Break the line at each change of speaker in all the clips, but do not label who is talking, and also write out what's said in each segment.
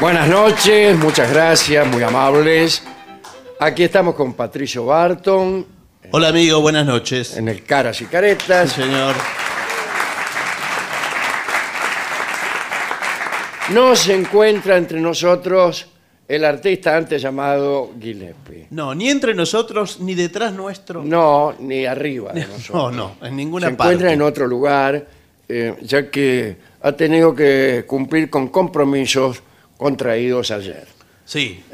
Buenas noches, muchas gracias, muy amables. Aquí estamos con Patricio Barton,
Hola amigo, buenas noches.
en el Caras y Caretas.
Señor.
No se encuentra entre nosotros el artista antes llamado Gillespie.
No, ni entre nosotros ni detrás nuestro.
No, ni arriba de
no,
nosotros.
no, en
se
ninguna
encuentra
parte.
en otro lugar, eh, ya que ha tenido que cumplir con compromisos contraídos ayer.
Sí.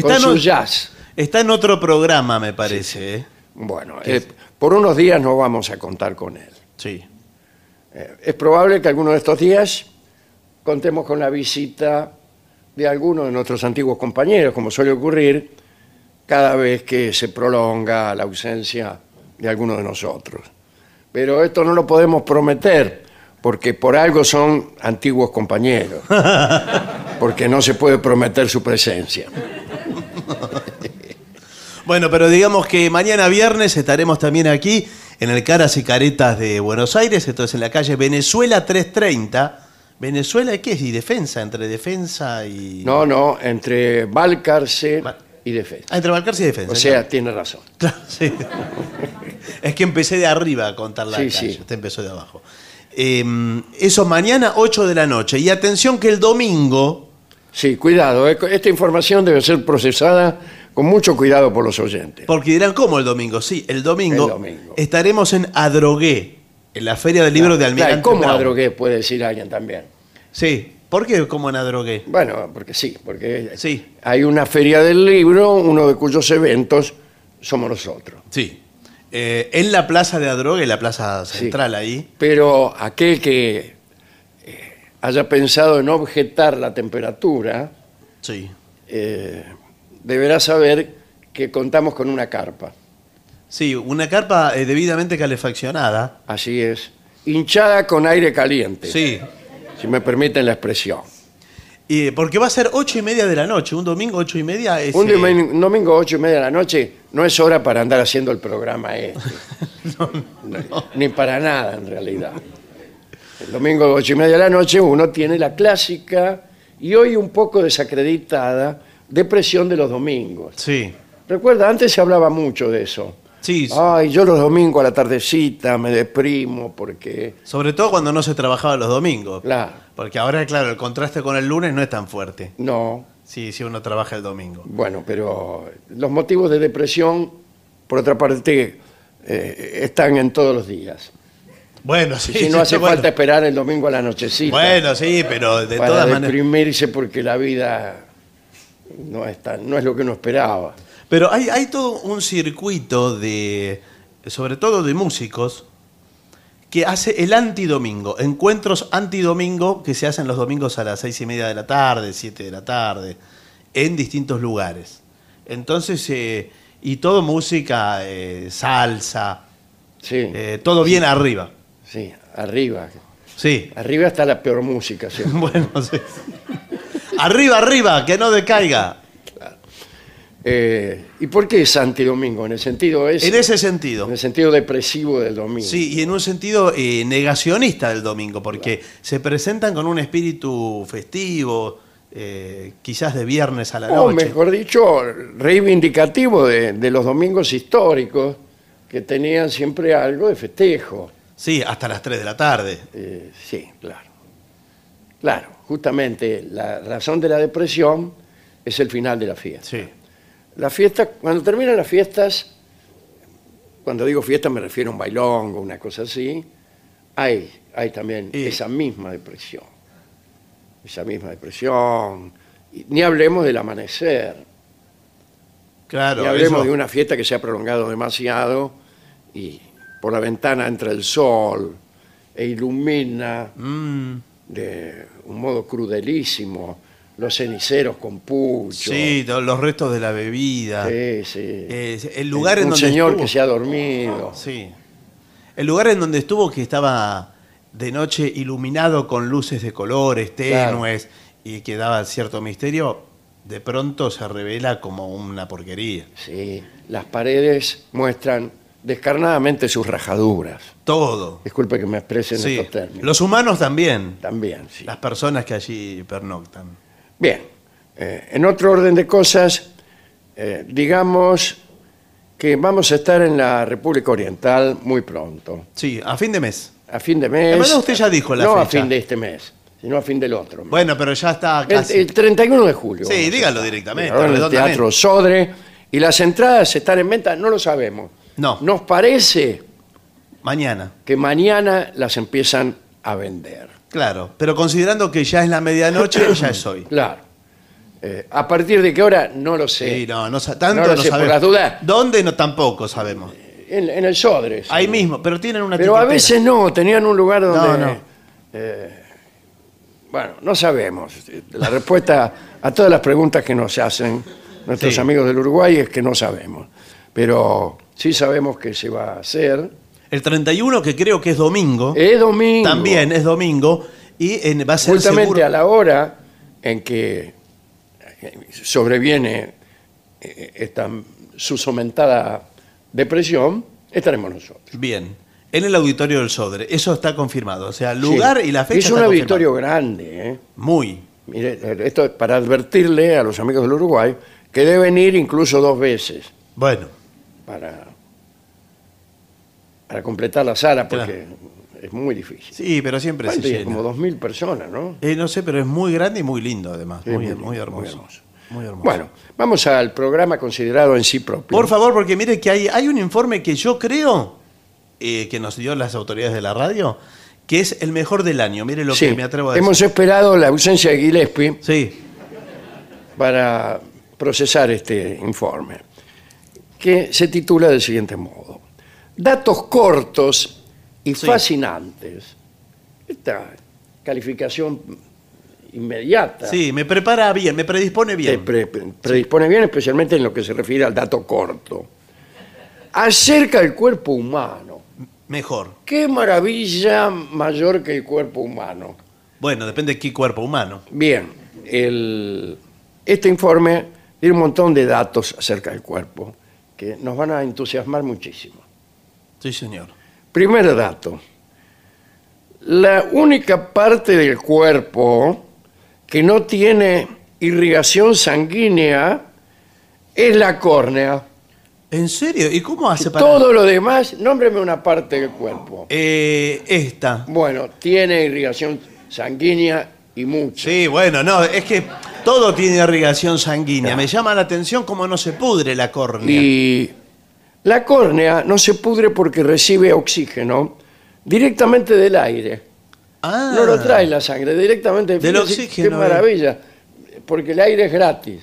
con
en
su
o-
jazz.
está en otro programa, me parece. ¿eh?
Bueno, eh, por unos días no vamos a contar con él.
¿eh? Sí.
Es probable que alguno de estos días contemos con la visita de alguno de nuestros antiguos compañeros, como suele ocurrir cada vez que se prolonga la ausencia de alguno de nosotros. Pero esto no lo podemos prometer, porque por algo son antiguos compañeros, porque no se puede prometer su presencia.
Bueno, pero digamos que mañana viernes estaremos también aquí en el Caras y Caretas de Buenos Aires. Esto es en la calle Venezuela 330. Venezuela, ¿qué es? ¿Y defensa? Entre defensa y.
No, no, entre Valcarce y Defensa.
Ah, entre Balcarce y defensa.
O sea, tiene razón.
Claro, sí. Es que empecé de arriba a contar la
Sí,
calle.
sí.
Usted empezó de abajo. Eh, eso mañana, 8 de la noche. Y atención que el domingo.
Sí, cuidado. eh, Esta información debe ser procesada con mucho cuidado por los oyentes.
Porque dirán, ¿cómo el domingo? Sí, el domingo,
El domingo.
estaremos en Adrogué, en la Feria del Libro de Almirante
Claro, ¿Cómo
Brown.
adrogué? Puede decir alguien también.
Sí. ¿Por qué como en Adrogué?
Bueno, porque sí, porque
Sí.
hay una feria del libro, uno de cuyos eventos somos nosotros.
Sí. Eh, en la plaza de Adrogué, la plaza central ahí.
Pero aquel que eh, haya pensado en objetar la temperatura
Sí.
eh, deberá saber que contamos con una carpa.
Sí, una carpa eh, debidamente calefaccionada.
Así es. Hinchada con aire caliente,
Sí.
si me permiten la expresión.
Y, porque va a ser ocho y media de la noche, un domingo ocho y media es...
Un
eh,
domen- domingo ocho y media de la noche no es hora para andar haciendo el programa este. Ni para nada, en realidad. El domingo ocho y media de la noche uno tiene la clásica y hoy un poco desacreditada depresión de los domingos.
Sí,
Recuerda, antes se hablaba mucho de eso.
Sí,
Ay, yo los domingos a la tardecita me deprimo porque...
sobre todo cuando no se trabajaba los domingos.
Claro.
Porque ahora, claro, el contraste con el lunes no es tan fuerte.
No,
Sí, si uno trabaja el domingo.
bueno, pero los motivos de depresión, por otra parte, eh, están en todos los días.
Bueno, sí.
Si no
sí,
hace
bueno.
falta esperar el domingo a la nochecita
Bueno, sí, pero de
para
todas maneras.
deprimirse porque la vida no es, tan- no es lo que uno esperaba.
Pero hay, hay todo un circuito de, sobre todo de músicos, que hace el antidomingo, encuentros antidomingo que se hacen los domingos a las seis y media de la tarde, siete de la tarde, en distintos lugares. Entonces, eh, y todo música, eh, salsa,
Sí,
eh, todo bien arriba.
sí, arriba.
Sí,
Arriba está la peor música. sí.
bueno, sí. Arriba, arriba, que no decaiga.
Eh, ¿Y por qué es antidomingo? En el sentido ese,
En ese sentido.
en el sentido depresivo del domingo.
Sí, y en un sentido eh, negacionista del domingo, porque se presentan con un espíritu festivo, eh, quizás de viernes a la
O
noche.
mejor dicho, reivindicativo de, de los domingos históricos que tenían siempre algo de festejo.
Sí, hasta las 3 de la tarde.
Eh, sí, claro. Claro, justamente la razón de la depresión es el final de la fiesta.
Sí.
La fiesta, cuando terminan las fiestas, cuando digo fiesta me refiero a un bailongo, una cosa así, hay, hay también
Y-
esa misma depresión. Esa misma depresión. Y ni hablemos del amanecer,
Claro.
ni hablemos
eso-
de una fiesta que se ha prolongado demasiado y por la ventana entra el sol e ilumina
Mm,
de un modo crudelísimo los ceniceros con pucho.
sí, to- los restos de la bebida.
sí, sí.
Eh, el lugar en
un
donde
señor
estuvo-
que se ha dormido.
Sí. El lugar en donde estuvo que estaba de noche iluminado con luces de colores
Claro.
tenues y que daba cierto misterio, de pronto se revela como una porquería.
Sí, las paredes muestran descarnadamente sus rajaduras.
Todo.
Disculpe que me exprese en
Sí.
estos términos.
Los humanos también.
También, sí.
Las personas que allí pernoctan.
Bien, eh, en otro orden de cosas, eh, digamos que vamos a estar en la República Oriental muy pronto.
Sí, a fin de mes.
A fin de mes.
Además, usted ya dijo la
No a
fecha.
fin de este mes, sino a fin del otro. mes.
Bueno, pero ya está
El,
casi.
el 31 de julio.
Sí,
vamos a
dígalo
estar.
directamente,
Ahora en el
redondamente.
Teatro Sodre. Y las entradas están en venta, no lo sabemos.
No.
Nos parece
Mañana.
que mañana las empiezan a vender.
Claro. Pero considerando que ya es la medianoche, ya es hoy.
Claro. Eh, ¿A partir de qué hora? No lo sé.
Sí, no, no sa- tanto
No
no,
lo sé, por
sabemos.
las dudas.
¿Dónde? No, tampoco sabemos.
En, en el Sodre.
Ahí
sí.
mismo, pero tienen una
Pero a
tiquetera.
veces no, tenían un lugar donde...
No, no.
eh, bueno, no sabemos. Este, La respuesta a todas las preguntas que nos hacen nuestros
Sí.
amigos del Uruguay es que no sabemos. Pero sí sabemos que se va a hacer.
El 31, que creo que es domingo,
Es domingo.
también es domingo, y en- va a ser
justamente
seguro...
a la hora en que eh, sobreviene eh, esta susomentada depresión, estaremos nosotros.
Bien, en el auditorio del Sodre. Eso está confirmado. O sea,
Sí.
lugar y la fecha
Es
está
un
confirmado.
auditorio grande. ¿eh?
Muy.
Mire, eh, esto es para advertirle a los amigos del Uruguay que deben ir incluso dos veces
Bueno,
para, para completar la sala, porque
Claro.
es muy difícil.
sí, pero siempre se
¿Cuánto hay?
llena.
Como dos mil personas, ¿no?
Eh, no sé, pero es muy grande y muy lindo además.
Sí,
muy,
muy
muy,
lindo,
hermoso.
muy hermoso.
Muy hermoso.
Bueno, vamos al programa considerado en sí propio.
Por favor, porque mire que hay, hay un informe que yo creo eh, que nos dio las autoridades de la radio, que es el mejor del año. Mire lo
Sí,
que me atrevo a decir.
Hemos esperado la ausencia de Gillespie
Sí,
para procesar este informe, que se titula del siguiente modo. Datos cortos y
Sí.
fascinantes. Esta calificación inmediata
sí, me prepara bien, me predispone
te
bien.
pre- pre- predispone bien, especialmente en lo que se refiere al dato corto. Acerca del cuerpo humano.
Mejor.
¿Qué maravilla mayor que el cuerpo humano?
Bueno, depende de qué cuerpo humano.
Bien, el- este informe tiene un montón de datos acerca del cuerpo que nos van a entusiasmar muchísimo.
Sí, señor.
Primer dato, la única parte del cuerpo que no tiene irrigación sanguínea es la córnea.
¿En serio? ¿Y cómo hace para...?
Todo lo demás, nómbreme una parte del cuerpo.
Eh, esta.
Bueno, tiene irrigación sanguínea y mucha.
Sí, bueno, no, es que todo tiene irrigación sanguínea. Me llama la atención cómo no se pudre la córnea.
Ah. Y la córnea no se pudre porque recibe oxígeno directamente del aire.
Ah,
No lo trae la sangre, directamente
Del
Fíjese
oxígeno,
Qué
eh.
maravilla, porque el aire es gratis.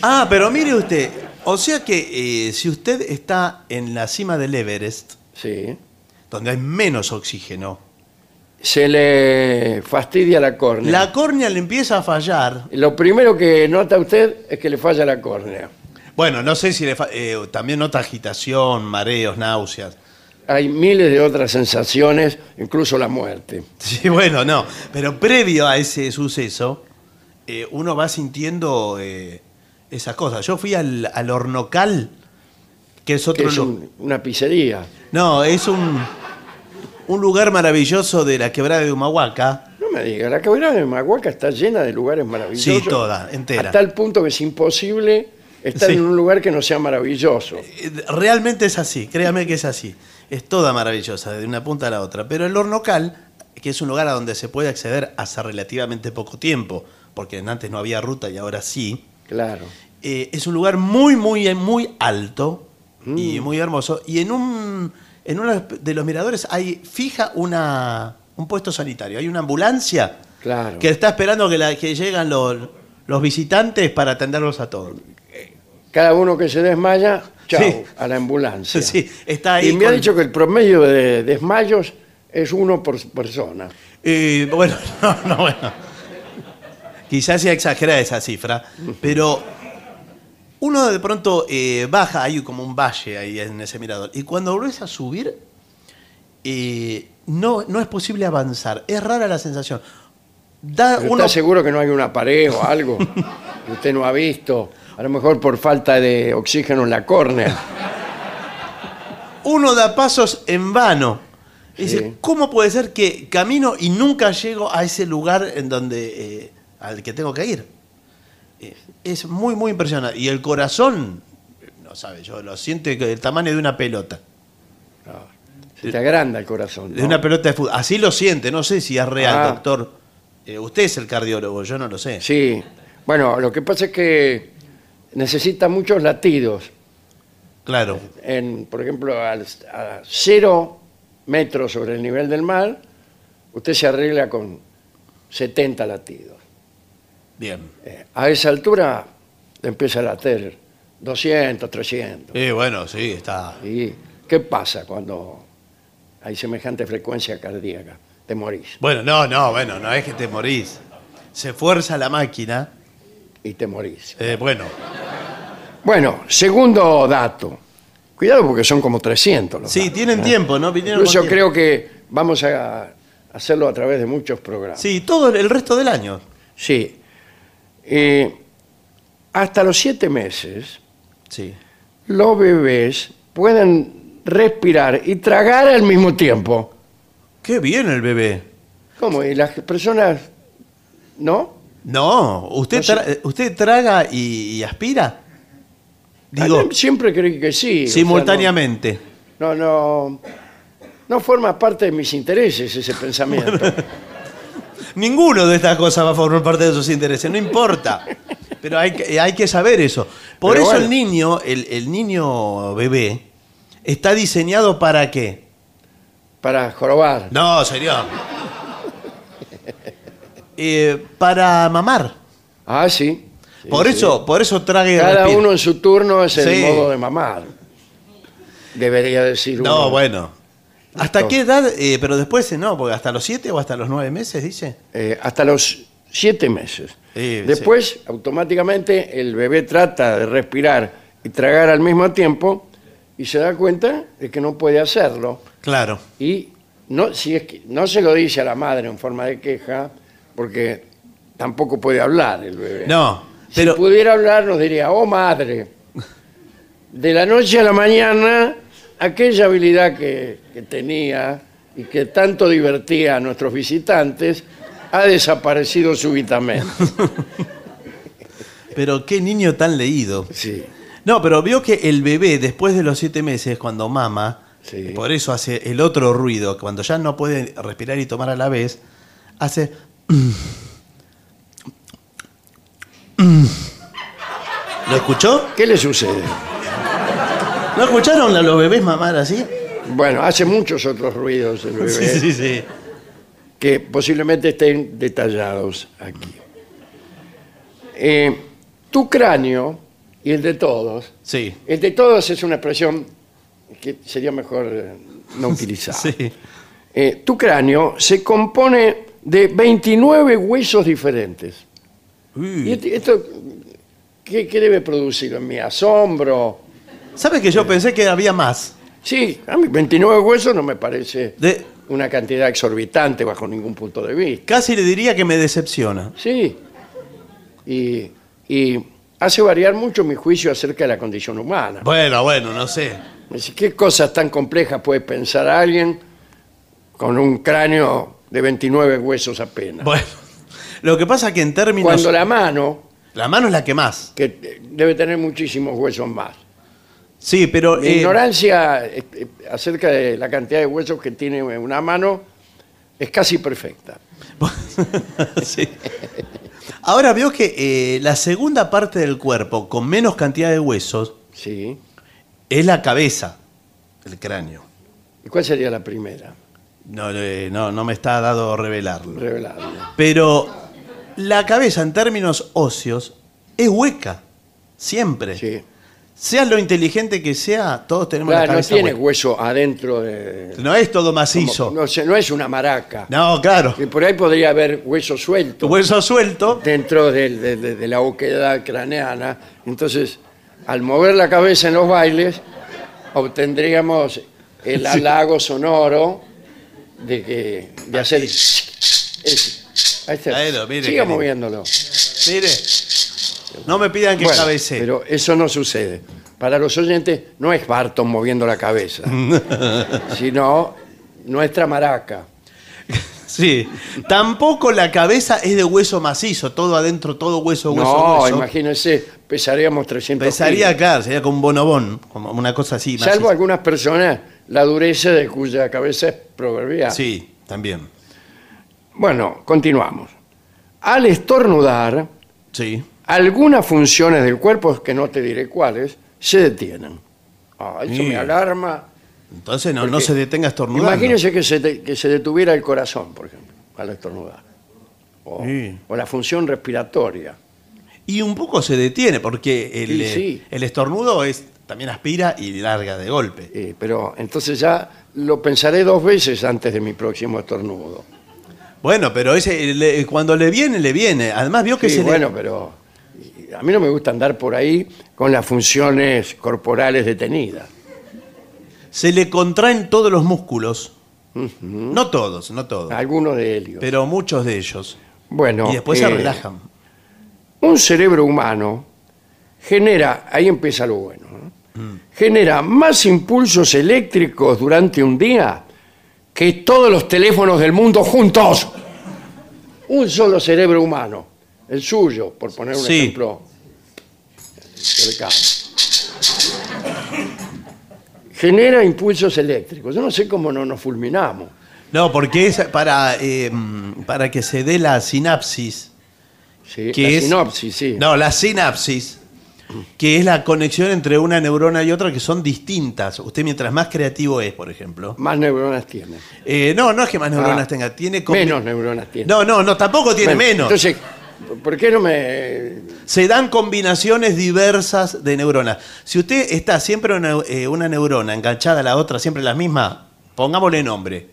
Ah, pero mire usted, o sea que eh, si usted está en la cima del Everest,
Sí.
donde hay menos oxígeno,
Se le fastidia la córnea.
la córnea le empieza a fallar.
Lo primero que nota usted es que le falla la córnea.
Bueno, no sé si le fa- eh, también nota agitación, mareos, náuseas.
Hay miles de otras sensaciones, incluso la muerte.
Sí, bueno, no. Pero previo a ese suceso, eh, uno va sintiendo eh, esas cosas. Yo fui al, al Hornocal, que es
Que
otro
es
lu-
un- una pizzería.
No, es un, un lugar maravilloso de la quebrada de Humahuaca.
No me diga, la quebrada de Mahuaca está llena de lugares maravillosos.
Sí, toda, entera.
A tal punto que es imposible estar
Sí.
en un lugar que no sea maravilloso.
Eh, Realmente es así, créame que es así. Es toda maravillosa, de una punta a la otra. Pero el Hornocal, que es un lugar a donde se puede acceder hace relativamente poco tiempo, porque antes no había ruta y ahora sí,
Claro.
Eh, es un lugar muy, muy, muy alto
Mm.
y muy hermoso. Y en, un, en uno de los miradores hay fija una, un puesto sanitario. Hay una ambulancia
Claro.
que está esperando que, la, que llegan los, los visitantes para atenderlos a todos.
Cada uno que se desmaya, chao,
Sí.
a la ambulancia.
Sí, está ahí
Y me ha
con-
dicho que el promedio de desmayos es uno por persona.
Eh, bueno, no, no, bueno. Quizás sea exagerada esa cifra, pero uno de pronto eh, baja, hay como un valle ahí en ese mirador, y cuando volvés a subir, eh, no, no es posible avanzar. Es rara la sensación. Da
Pero
uno-
¿Está seguro que no hay un aparejo, algo que usted no ha visto? A lo mejor por falta de oxígeno en la córnea.
uno da pasos en vano. Y Dice,
Sí.
¿cómo puede ser que camino y nunca llego a ese lugar en donde eh, al que tengo que ir? Eh, es muy, muy impresionante. Y el corazón, no sabe, yo lo siento que el tamaño de una pelota.
Se te agranda el corazón.
De
¿no?
una pelota de fútbol. Así lo siente, no sé si es real,
Ah.
doctor. Eh, usted es el cardiólogo, yo no lo sé.
Sí. Bueno, lo que pasa es que necesita muchos latidos.
Claro.
En, por ejemplo, al- a cero metros sobre el nivel del mar, usted se arregla con 70 latidos.
Bien.
Eh, a esa altura le empieza a latir 200, 300.
Eh, bueno, sí, está.
¿Y qué pasa cuando hay semejante frecuencia cardíaca? Te morís.
Bueno, no, no, bueno, no es que te morís. Se fuerza la máquina.
Y te morís.
Eh, bueno.
Bueno, segundo dato. Cuidado porque son como 300 los
Sí,
datos,
tienen
¿eh?
tiempo, ¿no? Vinieron
Incluso
con
creo
tiempo.
que vamos a hacerlo a través de muchos programas.
Sí, todo el resto del año.
Sí. Eh, hasta los siete meses,
Sí.
los bebés pueden respirar y tragar al mismo tiempo.
Qué bien el bebé.
¿Cómo? ¿Y las personas no?
No, usted,
No sé.
tra- usted traga y, y aspira.
Ah,
Digo,
no, siempre creí que sí. o sea, no-
simultáneamente.
no, no, no forma parte de mis intereses ese pensamiento.
Ninguno de estas cosas va a formar parte de sus intereses, no importa. Pero hay que, hay que saber eso. Por
Pero
eso
bueno.
el niño, el, el niño bebé, está diseñado para qué.
Para jorobar.
No, señor. Eh, para mamar.
Ah, sí. Sí,
por
sí.
eso, por eso traga y
Cada
respira.
uno en su turno es el
Sí.
modo de mamar. Debería decir uno.
No, bueno. ¿Hasta
No.
qué edad? Eh, pero después eh, no, porque hasta los 7 o hasta los 9 meses, dice.
Eh, hasta los siete meses.
Sí,
Después, automáticamente, el bebé trata de respirar y tragar al mismo tiempo y se da cuenta de que no puede hacerlo.
Claro.
Y no, si es que, no se lo dice a la madre en forma de queja, porque tampoco puede hablar el bebé.
No,
Si
pero
pudiera hablar, nos diría, oh madre, de la noche a la mañana, aquella habilidad que, que tenía y que tanto divertía a nuestros visitantes, ha desaparecido súbitamente.
pero qué niño tan leído.
Sí.
No, pero vio que el bebé, después de los siete meses, cuando mama,
Sí.
por eso hace el otro ruido, cuando ya no puede respirar y tomar a la vez, hace. ¿Lo escuchó?
¿Qué le sucede?
¿No escucharon a los bebés mamar así?
Bueno, hace muchos otros ruidos el bebé
Sí, sí, sí.
que posiblemente estén detallados aquí. Eh, tu cráneo y el de todos.
Sí.
El de todos es una expresión que sería mejor eh, no utilizar.
Sí.
Eh, tu cráneo se compone de 29 huesos diferentes. ¿Y este- esto qué, qué debe producir en mí? ¿Asombro?
¿Sabes que yo pensé que había más?
Sí, a mí 29 huesos no me parece
De-
una cantidad exorbitante bajo ningún punto de vista.
casi le diría que me decepciona.
Sí, y, y hace variar mucho mi juicio acerca de la condición humana.
Bueno, bueno, no sé.
Es decir, ¿Qué cosas tan complejas puede pensar alguien con un cráneo de 29 huesos apenas?
Bueno, lo que pasa que en términos...
Cuando la mano,
La mano es la que más.
que eh, debe tener muchísimos huesos más.
Sí, pero...
Mi
eh,
ignorancia eh, eh, acerca de la cantidad de huesos que tiene una mano es casi perfecta.
sí. Ahora veo que eh, la segunda parte del cuerpo con menos cantidad de huesos
Sí.
es la cabeza, el cráneo.
¿Y cuál sería la primera?
No, eh, no, no me está dado revelarlo.
Revelarla.
Pero la cabeza en términos óseos es hueca, siempre.
Sí.
Seas lo inteligente que sea, todos tenemos la
Claro, no
cabeza
tiene
hueca.
hueso adentro de.
No es todo
como-
macizo.
no, sé, no es una maraca.
No, claro.
Y por ahí podría haber hueso suelto
Hueso suelto.
dentro del- de, de- de la oquedad craneana. Entonces, al mover la cabeza en los bailes, obtendríamos el halago sonoro de, que, de hacer. ese. Ahí está.
Bueno, mire,
Siga
querido.
moviéndolo.
Mire. No me pidan que
Bueno,
cabece.
pero eso no sucede. Para los oyentes no es Barton moviendo la cabeza,
Mm.
sino nuestra maraca.
Sí. Tampoco la cabeza es de hueso macizo, todo adentro, todo hueso, hueso,
no,
hueso.
imagínense, pesaríamos 300
Pensaría,
kilos.
claro, sería como un bonobón, como una cosa así. maciza.
Salvo algunas personas, la dureza de cuya cabeza es proverbial.
Sí, también.
Bueno, continuamos. Al estornudar,
Sí.
algunas funciones del cuerpo, que no te diré cuáles, se detienen. Ah, eso
Sí.
me alarma.
Entonces no, no
Porque
se detenga estornudando.
Imagínense que se, de- que se detuviera el corazón, por ejemplo, al estornudar. O,
Sí.
o la función respiratoria.
Y un poco se detiene, porque el,
Sí,
eh,
sí.
el estornudo es también aspira y larga de golpe.
Eh, pero entonces ya lo pensaré dos veces antes de mi próximo estornudo.
Bueno, pero ese le- cuando le viene, le viene. Además vio que
Sí,
se le-
bueno, pero a mí no me gusta andar por ahí con las funciones corporales detenidas.
se le contraen todos los músculos.
¿Mm?
No todos, no todos.
Algunos de ellos.
Pero muchos de ellos.
bueno,
y después
eh,
se relajan.
Un cerebro humano genera, ahí empieza lo bueno, ¿no? genera más impulsos eléctricos durante un día que todos los teléfonos del mundo juntos. Un solo cerebro humano, el suyo, por poner un
Sí.
ejemplo cercano. Genera impulsos eléctricos. Yo no sé cómo no nos fulminamos.
No, porque es para, eh, mm, para que se dé la sinapsis.
¿sí?
Que
La
es-
sinopsis, sí.
No, la sinapsis, que es la conexión entre una neurona y otra que son distintas. Usted mientras más creativo es, por ejemplo.
Más neuronas tiene.
Eh, no, no es que más neuronas
Ah,
tenga, tiene combi-
Menos neuronas tiene.
No, no, no, tampoco tiene
Bueno,
menos.
Entonces, ¿por qué no me.?
se dan combinaciones diversas de neuronas. Si usted está siempre una, eh, una neurona enganchada a la otra, siempre la misma, pongámosle nombre.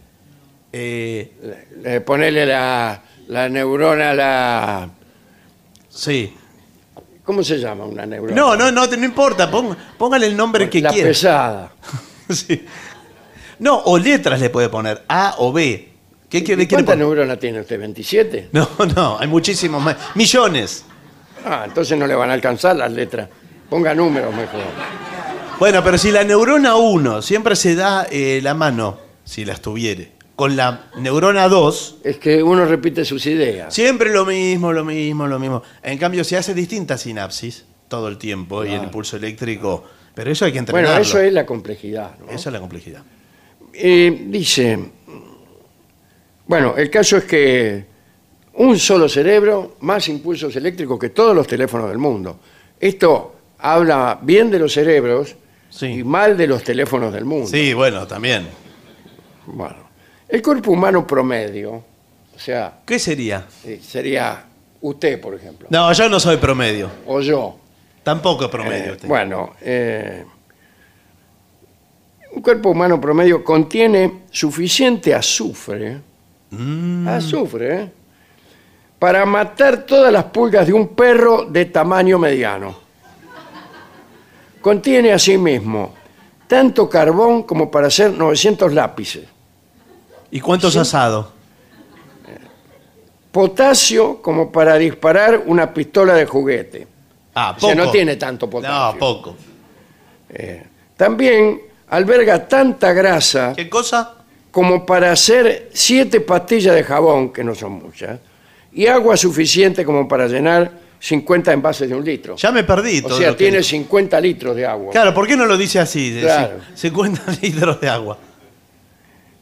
Eh,
eh, ponerle la, la neurona, la.
sí.
¿Cómo se llama una neurona?
No, no, no, te- no importa, pon- póngale el nombre que
La
quiera.
pesada.
Sí. No, o letras le puede poner, A o B. ¿Qué quiere,
¿Y
le quiere
¿Cuántas
poner?
neuronas tiene usted? ¿27?
No, no, hay muchísimos más. Millones.
Ah, entonces no le van a alcanzar las letras. Ponga números mejor.
Bueno, pero si la neurona 1 siempre se da eh, la mano, si las tuviere, con la neurona 2,
Es que uno repite sus ideas.
siempre lo mismo, lo mismo, lo mismo. En cambio, si hace distintas sinapsis, todo el tiempo y el
Claro.
impulso eléctrico. Pero eso hay que entrenarlo.
Bueno, eso es la complejidad. ¿no?
Esa es la complejidad.
Eh, dice, bueno, el caso es que un solo cerebro, más impulsos eléctricos que todos los teléfonos del mundo. Esto habla bien de los cerebros
Sí.
y mal de los teléfonos del mundo.
Sí, bueno, también.
Bueno, el cuerpo humano promedio, o sea,
¿Qué sería?
eh, sería usted, por ejemplo,
No, yo no soy promedio.
o yo.
Tampoco promedio. este.
Eh,
usted.
bueno, eh, un cuerpo humano promedio contiene suficiente azufre,
Mm.
azufre, ¿eh? para matar todas las pulgas de un perro de tamaño mediano. Contiene asimismo tanto carbón como para hacer 900 lápices,
¿Y cuántos asados?
potasio como para disparar una pistola de juguete.
Ah,
O
poco.
sea, no tiene tanto potasio.
No, poco.
También alberga tanta grasa
¿Qué cosa?
como para hacer siete pastillas de jabón, que no son muchas, y agua suficiente como para llenar 50 envases de un litro.
Ya me perdí
o
todo
sea,
lo que
tiene
dijo.
50 litros de agua.
Claro, ¿por qué no lo dice así? De
Claro.
50 litros de agua.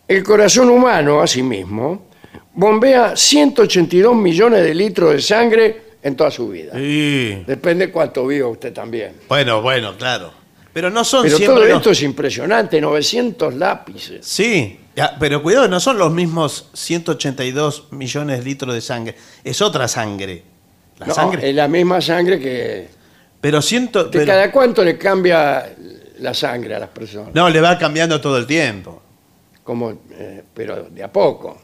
El corazón humano, asimismo, bombea 182 millones de litros de sangre en toda su vida.
Sí.
Depende cuánto viva usted también.
Bueno, bueno, claro. Pero no son
Pero
siempre
todo
los-
esto es impresionante, 900 lápices.
Sí, ya, pero cuidado, no son los mismos 182 millones de litros de sangre. Es otra sangre. La
No,
sangre.
Es la misma sangre que...
Pero ciento.
que
pero-
¿Cada cuánto le cambia la sangre a las personas?
No, le va cambiando todo el tiempo.
Como, eh, pero de a poco.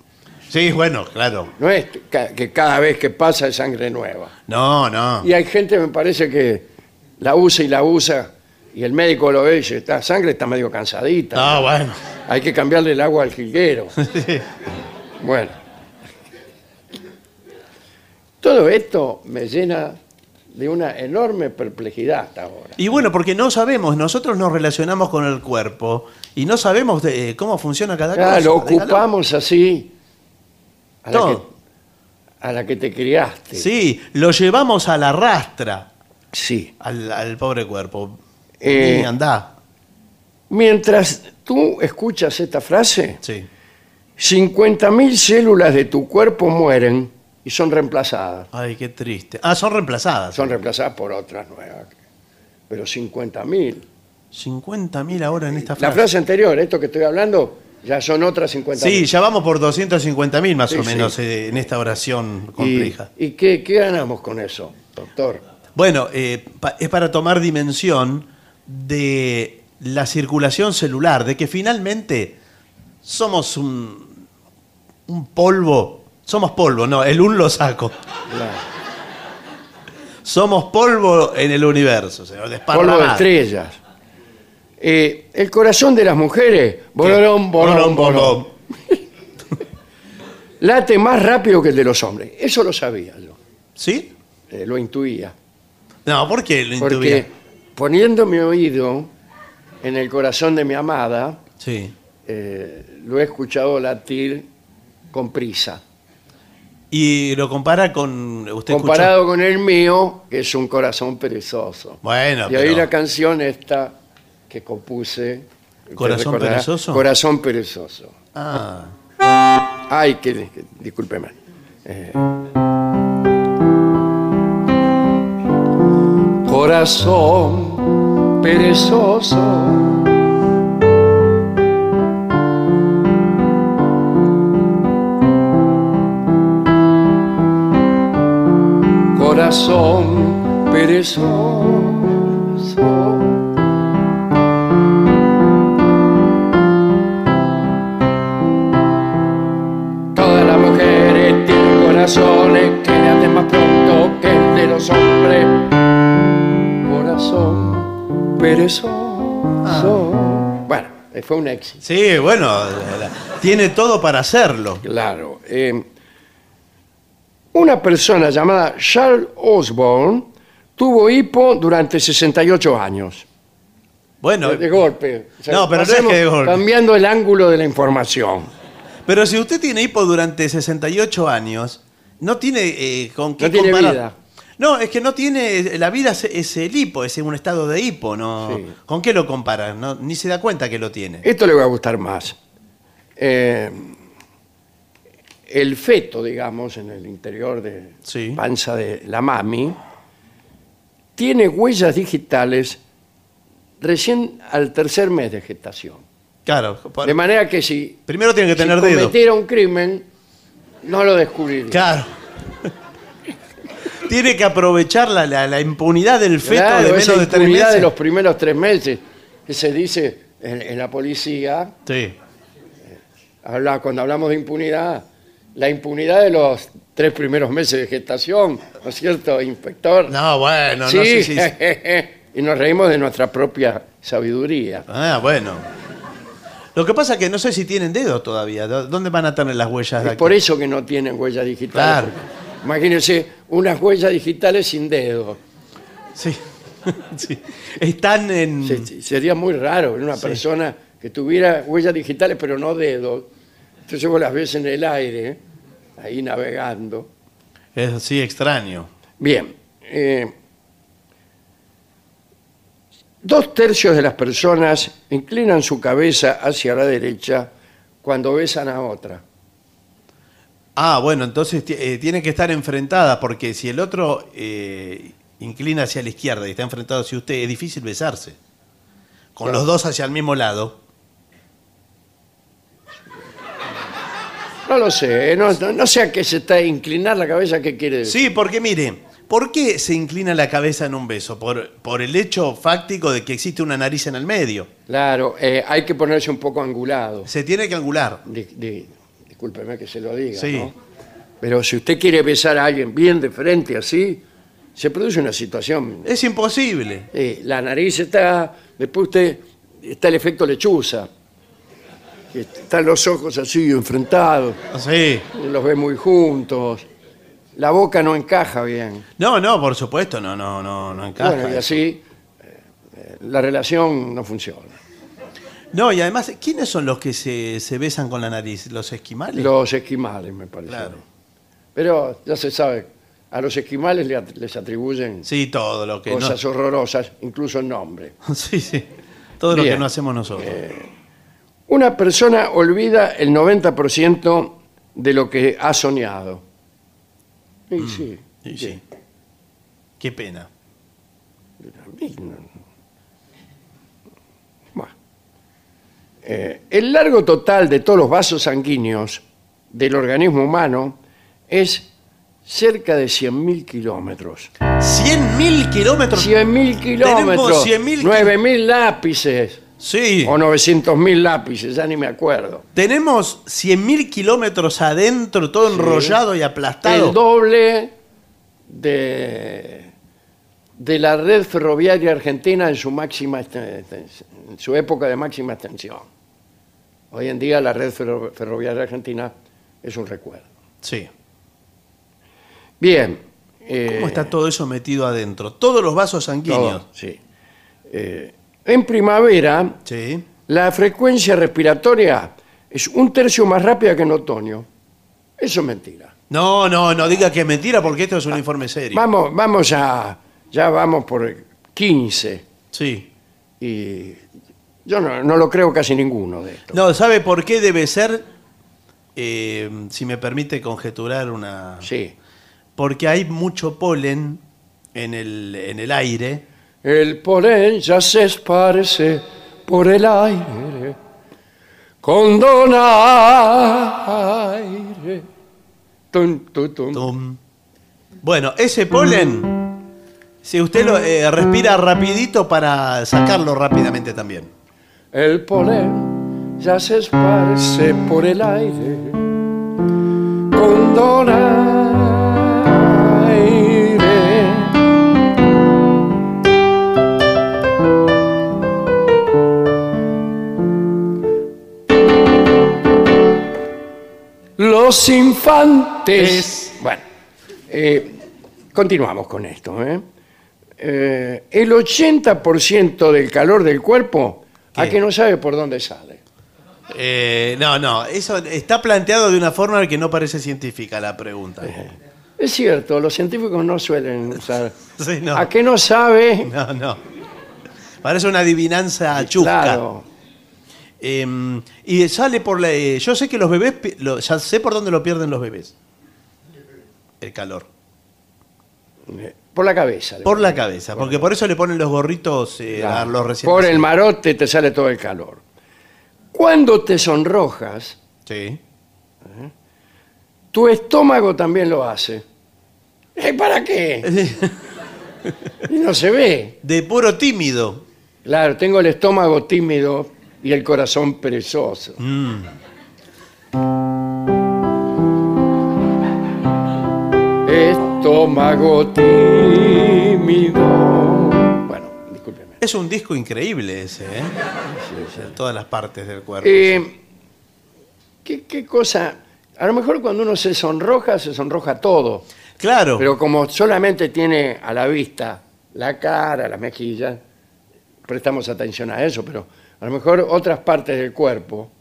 Sí, bueno, claro.
No es ca- que cada vez que pasa es sangre nueva.
No, no.
Y hay gente, me parece, que la usa y la usa, y el médico lo ve y dice, esta sangre está medio cansadita.
No, bueno.
Hay que cambiarle el agua al jilguero.
Ah. Sí.
bueno. Todo esto me llena de una enorme perplejidad hasta ahora.
Y bueno, porque no sabemos, nosotros nos relacionamos con el cuerpo y no sabemos de, eh, cómo funciona cada
Ya
cosa.
lo
Déjalo.
ocupamos así a la, que,
Todo.
a la que te criaste.
Sí, lo llevamos a la rastra,
Sí.
al, al pobre cuerpo.
Eh.
Y andá.
Mientras tú escuchas esta frase,
Sí.
50.000 células de tu cuerpo mueren y son reemplazadas.
Ay, qué triste. Ah, son reemplazadas.
Son reemplazadas por otras nuevas. Pero 50.000.
50.000 ahora en esta
La
frase.
frase anterior, esto que estoy hablando, ya son otras 50.000.
Sí, ya vamos por 250.000 más
Sí,
o
sí.
menos eh, en esta oración
¿Y,
compleja.
y qué, qué ganamos con eso, doctor?
Bueno, eh, pa- es para tomar dimensión de la circulación celular, de que finalmente somos un, un polvo, somos polvo, no, el un lo saco,
La-
somos polvo en el universo, señor,
polvo de
desparramado.
estrellas. Eh, el corazón de las mujeres, bolón, bolón, bolón,
Bolón, bolón.
late más rápido que el de los hombres. Eso lo sabía yo,
¿Sí?
eh, lo intuía.
No, ¿por qué lo
Porque
intuía?
poniendo mi oído en el corazón de mi amada,
Sí.
eh, lo he escuchado latir con prisa.
Y lo compara con... ¿Usted escuchó?
Comparado con el mío, que es un corazón perezoso.
Bueno,
y ahí
pero-
la canción esta que compuse. usted
¿Corazón
recordará,
perezoso?
Corazón perezoso.
Ah,
Ay, que, que- discúlpeme. Eh. Corazón perezoso. Corazón perezoso. Todas las mujeres tienen corazones que laten más pronto que el de los hombres. Corazón perezoso.
Ah.
Bueno, eh, fue un éxito.
sí, bueno, la- tiene todo para hacerlo.
Claro. eh, una persona llamada Charles Osborne tuvo hipo durante 68 años.
Bueno,
de golpe. O sea,
No, pero no es
pasemos
que de golpe.
Cambiando el ángulo de la información.
Pero si usted tiene hipo durante 68 años, no tiene eh, con qué
No tiene
comparar.
vida.
No, es que no tiene. La vida es, es el hipo, es un estado de hipo, ¿no?
Sí.
¿Con qué lo comparan? No, ni se da cuenta que lo tiene.
Esto le va a gustar más. Eh, el feto, digamos, en el interior de
Sí.
panza de la mami, tiene huellas digitales recién al tercer mes de gestación.
Claro. por-
De manera que si,
primero tiene que
si
tener dedo.
cometiera un crimen, no lo descubriría.
Claro. tiene que aprovechar la, la- la impunidad del feto
Claro,
de
esa
menos de tres
impunidad
meses.
de los primeros tres meses que se dice en, en la policía,
Sí.
habla, cuando hablamos de impunidad, la impunidad de los tres primeros meses de gestación, ¿no es cierto, inspector?
No, bueno, no
sí,
sé si.
y nos reímos de nuestra propia sabiduría.
Ah, bueno. Lo que pasa es que no sé si tienen dedos todavía. ¿Dó- ¿Dónde van a tener las huellas de
Es
aquí?
por eso que no tienen huellas digitales.
Claro.
Imagínense unas huellas digitales sin dedos.
Sí. Sí. Están en.
Se- se- Sería muy raro en una persona que tuviera huellas digitales pero no dedos. Entonces vos las ves en el aire, ahí navegando.
Es así extraño.
Bien. eh, dos tercios de las personas inclinan su cabeza hacia la derecha cuando besan a otra.
Ah, bueno, entonces ti- eh, tienen que estar enfrentadas, porque si el otro eh, inclina hacia la izquierda y está enfrentado hacia usted, es difícil besarse. Con los dos hacia el mismo lado.
No lo sé, eh, no, no- no sé a qué se está inclinar la cabeza, ¿qué quiere decir?
Sí, porque mire, ¿por qué se inclina la cabeza en un beso? Por, por el hecho fáctico de que existe una nariz en el medio.
Claro, eh, hay que ponerse un poco angulado.
Se tiene que angular.
Di- di- discúlpeme que se lo diga,
Sí.
¿no? Pero si usted quiere besar a alguien bien de frente así, se produce una situación.
Es imposible.
Eh, la nariz está, después usted está el efecto lechuza. que Están los ojos así enfrentados,
Sí.
los ve muy juntos. La boca no encaja bien.
No, no, por supuesto, no, no, no, no encaja.
Bueno, y así eh, eh, la relación no funciona.
No, y además, ¿quiénes son los que se, se besan con la nariz? ¿Los esquimales?
Los esquimales, me parece.
Claro.
Pero ya se sabe, a los esquimales le at- les atribuyen
Sí, todo lo que
cosas horrorosas, incluso el nombre.
no. Sí, sí. Todo lo
Bien. Eh,
que no hacemos nosotros.
Una persona olvida el 90% de lo que ha soñado. Y sí,
Y sí. Qué pena.
y no- Bueno. Eh, el largo total de todos los vasos sanguíneos del organismo humano es cerca de 100.000 kilómetros.
¿Cien mil kilómetros?
100.000 kilómetros,
100.000 kil-
9.000 lápices
Sí.
o 900.000 lápices, ya ni me acuerdo.
Tenemos 100.000 kilómetros adentro, todo enrollado y aplastado.
el doble de, de la red ferroviaria argentina en su máxima este- este- en su época de máxima extensión. Hoy en día la red ferro- ferroviaria argentina es un recuerdo.
Sí.
Eh. Bien. eh,
¿Cómo está todo eso metido adentro? Todos los vasos sanguíneos.
todo, sí. Eh, en primavera,
Sí.
la frecuencia respiratoria es un tercio más rápida que en otoño. Eso es mentira.
No, no, no diga que es mentira porque esto es
Ah,
un informe serio.
Vamos, vamos a, ya vamos por 15.
Sí.
Y yo no, no lo creo casi ninguno de estos.
No, ¿sabe por qué debe ser? Eh, si me permite conjeturar una...
Sí.
Porque hay mucho polen en el, en el aire.
El polen ya se esparce por el aire con donaire. Tum, tu, tum.
Tum. Bueno, ese polen, si usted lo eh, respira rapidito para sacarlo rápidamente también.
El polen ya se esparce por el aire con donaire. Los infantes. Bueno, eh, continuamos con esto. ¿eh? Eh, el 80% del calor del cuerpo a
¿Qué?
que no sabe por dónde sale.
Eh, no, no, eso está planteado de una forma que no parece científica la pregunta.
Es cierto, los científicos no suelen usar.
Sí, no.
¿A qué no sabe?
No, no. Parece una adivinanza chusca.
Claro.
Em, y sale por la. eh, yo sé que los bebés. pi- lo- ya sé por dónde lo pierden los bebés. El calor.
Por la cabeza.
Por la cabeza. Porque por eso le ponen los gorritos eh, a los recién.
Por el marote te sale todo el calor. Cuando te sonrojas,
Sí.
tu estómago también lo hace. ¿Eh, ¿Para qué? Y no se ve.
De puro tímido.
Claro, tengo el estómago tímido y el corazón perezoso. Estómago tímido. Bueno, discúlpeme.
Es un disco increíble ese, ¿eh? En todas las partes del cuerpo.
Eh, ¿qué, qué cosa? A lo mejor cuando uno se sonroja, se sonroja todo.
claro.
Pero como solamente tiene a la vista la cara, las mejillas, prestamos atención a eso, pero a lo mejor otras partes del cuerpo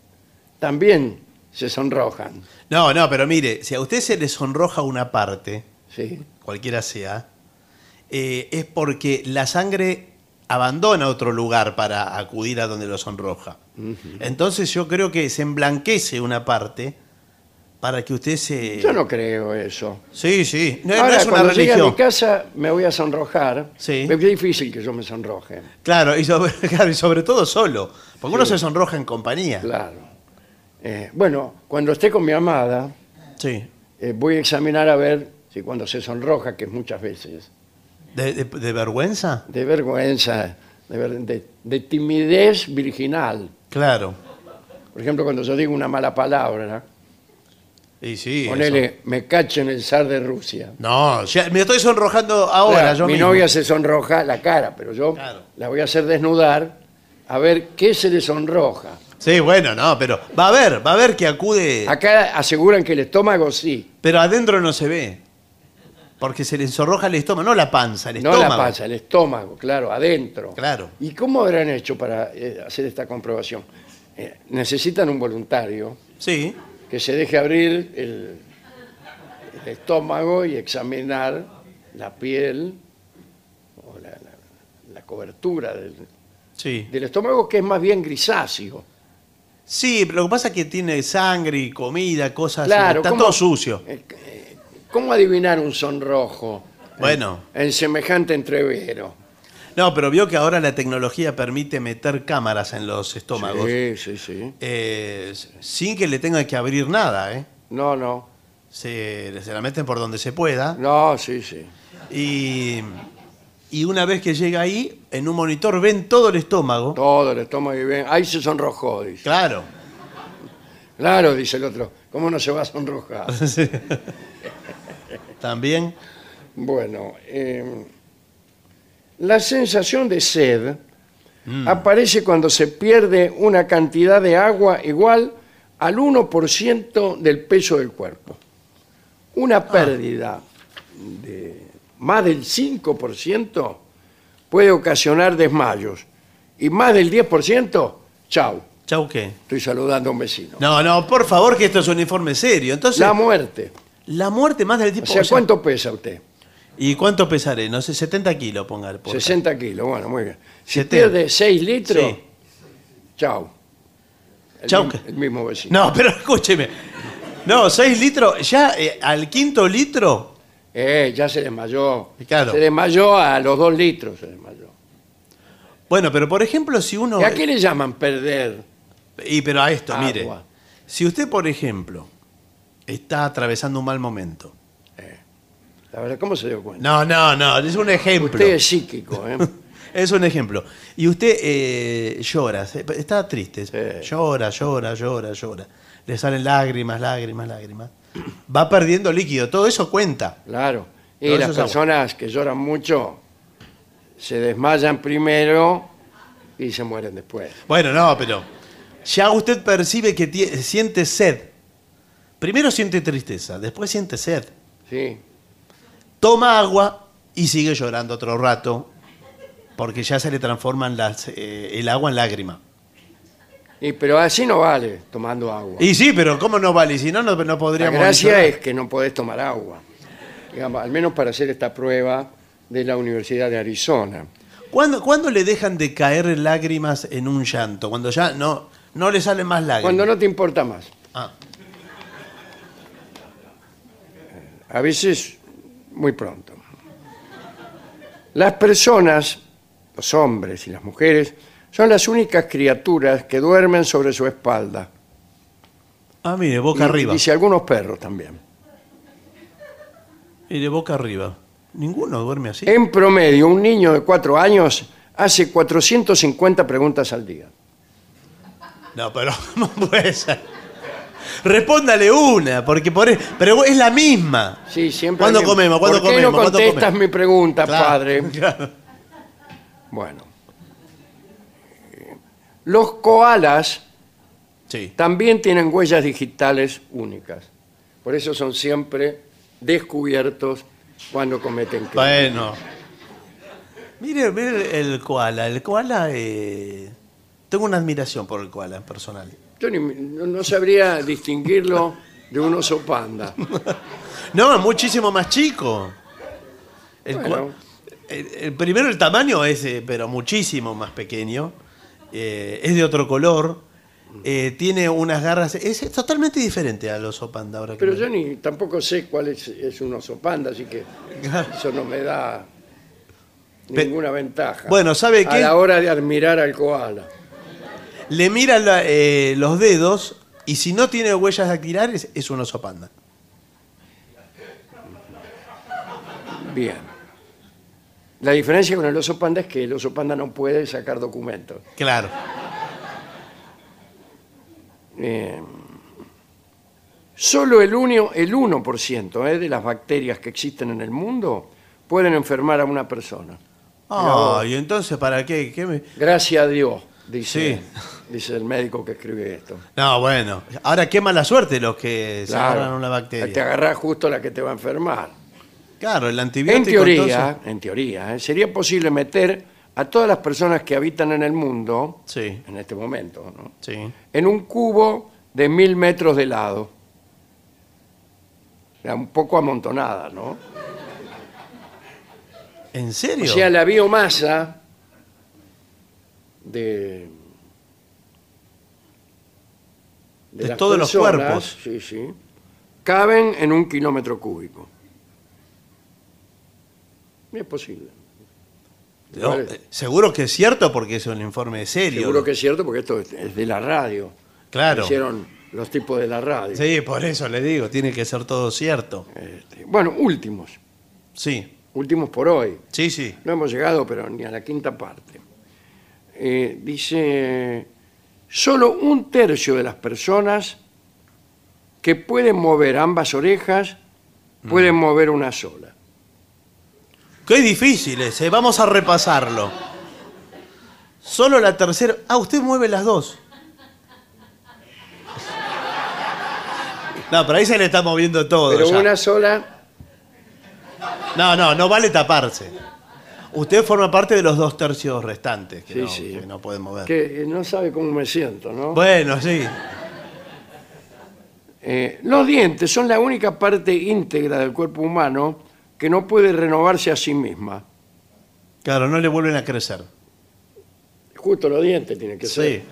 también se sonrojan.
No, no, pero mire, si a usted se le sonroja una parte,
Sí,
cualquiera sea, eh, es porque la sangre abandona otro lugar para acudir a donde lo sonroja. Entonces yo creo que se emblanquece una parte para que usted se...
yo no creo eso.
Sí, sí. No, no
Ahora,
es una
cuando llegue a
religión.
mi casa me voy a sonrojar.
Sí.
Es difícil que yo me sonroje.
Claro y, sobre, claro, y sobre todo solo. Porque uno se sonroja en compañía.
Claro. Eh, bueno, cuando esté con mi amada,
Sí.
Eh, voy a examinar a ver si cuando se sonroja, que es muchas veces,
¿De, de- de vergüenza?
de vergüenza, de, ver- de- de timidez virginal.
Claro.
Por ejemplo, cuando yo digo una mala palabra,
Y sí.
ponele,
eso.
me cacho en el zar de Rusia.
No, ya- me estoy sonrojando ahora.
Claro,
yo
mi
mismo.
novia se sonroja la cara, pero yo
Claro.
la voy a hacer desnudar a ver qué se le sonroja.
Sí, bueno, no, pero va a ver, va a ver que
Ah,
acude.
Acá aseguran que el estómago sí,
Pero adentro no se ve. Porque se le sonroja el estómago, no la panza, el estómago.
no la panza, el estómago, claro, adentro.
Claro.
¿Y cómo habrán hecho para eh, hacer esta comprobación? Eh, necesitan un voluntario.
Sí,
que se deje abrir el, el estómago y examinar la piel o la, la- la cobertura del,
sí.
del estómago, que es más bien grisáceo.
Sí, pero lo que pasa es que tiene sangre y comida, cosas
Claro,
Está
¿cómo-
todo sucio.
Eh, eh, ¿Cómo adivinar un sonrojo
Bueno,
en semejante entrevero?
no, pero vio que ahora la tecnología permite meter cámaras en los estómagos.
Sí, sí, sí.
eh, sin que le tenga que abrir nada, ¿eh?
No, no.
Se, se la meten por donde se pueda.
No, sí, sí.
Y, y una vez que llega ahí, en un monitor ven todo el estómago.
Todo el estómago y bien. Ahí se sonrojó, dice.
Claro.
Claro, dice el otro. ¿Cómo no se va a sonrojar?
También.
Bueno, eh, la sensación de sed
Mm.
aparece cuando se pierde una cantidad de agua igual al 1% del peso del cuerpo.
Ah.
Una pérdida de más del 5% puede ocasionar desmayos y más del 10%, chau,
Chau, ¿qué?
estoy saludando a un vecino.
No, no, por favor, que esto es un informe serio. Entonces,
La
la,
muerte.
muerte más del tipo.
O sea,
o sea,
¿cuánto pesa usted?
¿Y cuánto pesaré? No sé, 70 kilos, ponga el portal.
60 kilos, bueno, muy bien. Si
70.
pierde 6 litros,
Sí.
chau. El,
Chau,
mi-
¿qué?
el mismo vecino.
No, pero escúcheme. No, 6 litros. Ya eh, al quinto litro.
Eh, ya se desmayó.
Claro.
Se desmayó a los 2 litros, se desmayó.
Bueno, pero por ejemplo, si uno.
¿Y a qué le llaman perder?
Y pero a esto,
Agua.
mire. Si usted, por ejemplo, está atravesando un mal momento.
La verdad, ¿cómo se dio cuenta?
No, no, no, es un ejemplo.
usted es psíquico, ¿eh?
Es un ejemplo. Y usted eh, llora, se- está triste,
Sí.
llora, llora, llora, llora. Le salen lágrimas, lágrimas, lágrimas. Va perdiendo líquido, todo eso cuenta.
claro. Y
No, eso
las
es agua.
personas que lloran mucho se desmayan primero y se mueren después.
Bueno, no, pero ya usted percibe que tie- siente sed. Primero siente tristeza, después siente sed.
Sí.
Toma agua y sigue llorando otro rato, porque ya se le transforman las, eh, el agua en lágrima.
Y, pero así no vale tomando agua.
Y sí, pero ¿cómo no vale? Si no, no, no
La
podríamos...
gracia
llorar.
es que no podés tomar agua. digamos, al menos para hacer esta prueba de la Universidad de Arizona.
¿Cuándo, cuándo le dejan de caer lágrimas en un llanto? Cuando ya no, no le salen más lágrimas.
Cuando no te importa más.
Ah,
a veces muy pronto. Las personas, los hombres y las mujeres, son las únicas criaturas que duermen sobre su espalda.
Ah, mire, boca
Y-
arriba.
Y si algunos perros también.
Mire, boca arriba. Ninguno duerme así.
En promedio, un niño de cuatro años hace 450 preguntas al día.
No, pero ¿cómo puede ser? Respóndale una, porque por e- pero es la misma.
Sí, siempre.
¿Cuándo
alguien-
comemos? ¿Cuándo
¿Por qué
comemos?
no
¿Cuándo
contestas
comemos?
mi pregunta,
Claro,
padre?
claro.
Bueno. Los koalas
Sí.
también tienen huellas digitales únicas. Por eso son siempre descubiertos cuando cometen crímenes.
Bueno. Mire, mire el koala. El koala. eh, Tengo una admiración por el koala en personal.
Yo ni- no no sabría distinguirlo de un oso panda.
No, es muchísimo más chico. El,
Bueno.
cua- el- el- primero el tamaño es, eh, pero muchísimo más pequeño. Eh, es de otro color. eh, tiene unas garras. Es, es totalmente diferente al oso panda ahora que
Pero
me-
yo ni tampoco sé cuál es, es un oso panda, así que eso no me da
Pe-
ninguna ventaja.
Bueno, ¿sabe
A
qué?
la hora de admirar al koala.
Le mira la- eh, los dedos y si no tiene huellas dactilares, es un oso panda.
Bien. La diferencia con el oso panda es que el oso panda no puede sacar documentos.
Claro.
Eh, solo el, unio- el 1% eh, de las bacterias que existen en el mundo pueden enfermar a una persona.
Ah, y entonces, ¿para qué? ¿Qué me-
Gracias a Dios, dice,
Sí.
dice el médico que escribe esto.
No, bueno. Ahora qué mala suerte los que se
Claro,
agarran una
Te
bacteria.
agarrás justo la que te va a enfermar.
Claro, el antibiótico.
En teoría,
entonces-
en teoría, eh, sería posible meter a todas las personas que habitan en el mundo,
Sí,
en este momento, ¿no?
sí.
en un cubo de mil metros de lado. O sea, un poco amontonada, ¿no?
¿En
O
serio?
sea, la biomasa de.
De todos los cuerpos.
Sí, sí. Caben en un kilómetro cúbico. Es posible.
No, eh, seguro que es cierto porque es un informe serio.
Seguro que es cierto porque esto es- es de la radio.
Claro.
Hicieron los tipos de la radio.
Sí, por eso le digo, tiene que ser todo cierto.
Este, bueno, últimos.
Sí,
Últimos por hoy.
sí, sí.
No hemos llegado, pero ni a la quinta parte. Eh, dice, solo un tercio de las personas que pueden mover ambas orejas pueden
Mm.
mover una sola.
Qué difícil ese, vamos a repasarlo. Solo la tercera. Ah, usted mueve las dos. No, pero ahí se le está moviendo todo.
Pero
ya.
una sola,
No, no, no vale taparse. Usted forma parte de los dos tercios restantes que,
Sí,
no,
sí.
que no pueden mover.
que eh, no sabe cómo me siento, ¿no?
Ah. Bueno, sí.
Eh, los dientes son la única parte íntegra del cuerpo humano que no puede renovarse a sí misma.
Claro, no le vuelven a crecer.
Justo los dientes tienen que ser.
Sí.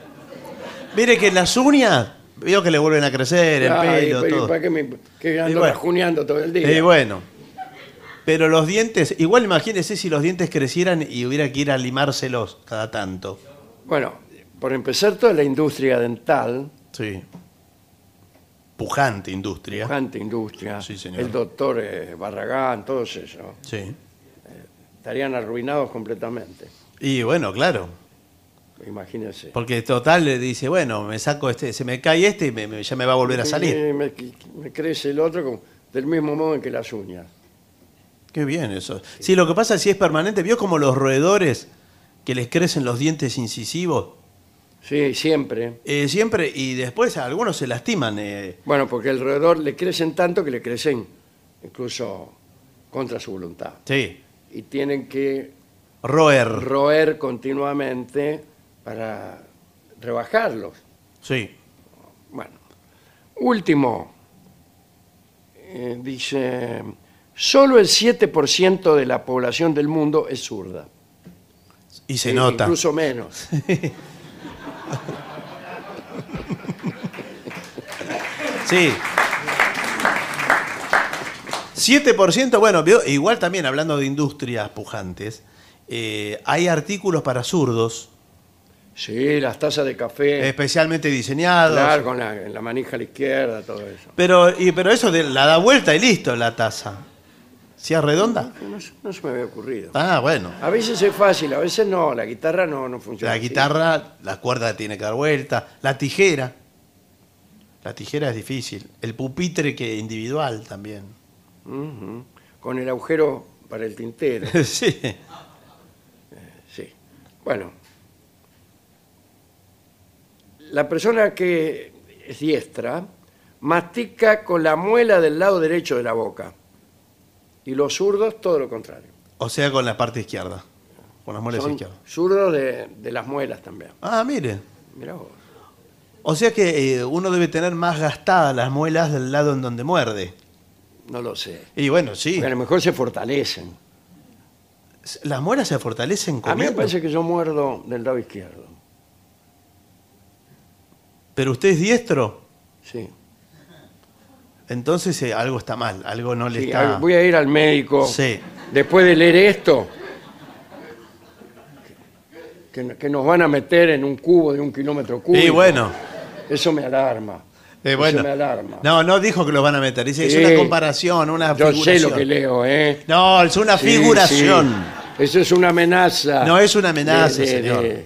Mire que las uñas, veo que le vuelven a crecer, el
Ay,
pelo,
pero ¿y
todo.
¿Para qué me que ando
bueno.
rajuneando todo el día?
Eh, bueno. Pero los dientes, igual imagínese si los dientes crecieran y hubiera que ir a limárselos cada tanto.
Bueno, por empezar, toda la industria dental,
Sí. Pujante industria.
tanta industria,
Sí, señor.
el doctor eh, Barragán, todos esos,
Sí.
estarían arruinados completamente,
Y bueno, claro.
imagínense.
Porque total le dice, bueno, me saco este, se me cae este y me- me- ya me va a volver a salir.
Y Me, me crece el otro como- del mismo modo en que las uñas.
Qué bien eso. Sí, lo que pasa si es permanente, vio como los roedores que les crecen los dientes incisivos,
Sí, siempre.
Eh, siempre, y después a algunos se lastiman. eh.
Bueno, porque alrededor le crecen tanto que le crecen incluso contra su voluntad.
Sí.
Y tienen que
Roer.
roer continuamente para rebajarlos.
Sí.
Bueno, último. Eh, dice, solo el 7% de la población del mundo es zurda.
Y se
E
nota.
Incluso menos.
Sí. 7%, bueno, veo- igual también hablando de industrias pujantes, eh, hay artículos para zurdos,
Sí, las tazas de café,
especialmente diseñados.
claro, con la, la manija a la izquierda, todo eso.
Pero, y- pero eso de- la da vuelta y listo la taza. ¿Si es redonda?
No, se- no se me había ocurrido.
Ah, bueno.
A veces es fácil, a veces no. La guitarra no, no funciona.
La
así.
guitarra, la cuerda tiene que dar vuelta. La tijera. La tijera es difícil. El pupitre que individual también.
Ujú. Con el agujero para el tintero.
sí.
Sí. Bueno. La persona que es diestra mastica con la muela del lado derecho de la boca. Y los zurdos todo lo contrario.
O sea, con la parte izquierda. Con las muelas
Son
izquierdas.
zurdos de, de las muelas también.
Ah, mire.
Mirá vos.
O sea que eh, uno debe tener más gastadas las muelas del lado en donde muerde.
No lo sé.
Y bueno, sí.
Porque a lo mejor se fortalecen.
Las muelas se
A
fortalecen
mí me
comiendo.
parece que yo muerdo del lado izquierdo.
Pero usted es diestro.
Sí.
Entonces eh, algo está mal. Algo no le
Sí,
está...
a- voy a ir al médico.
Sí.
Después de leer esto, que, que nos van a meter en un cubo de un kilómetro cúbico.
Y bueno.
Eso me alarma.
Eh, bueno.
Eso me alarma.
No, no dijo que los van a meter. Dice,
Sí.
es una comparación, una
Yo
figuración.
sé lo que leo, ¿eh?
No, es una
Sí,
figuración.
sí. Eso es una amenaza.
No es una amenaza, señor.
De,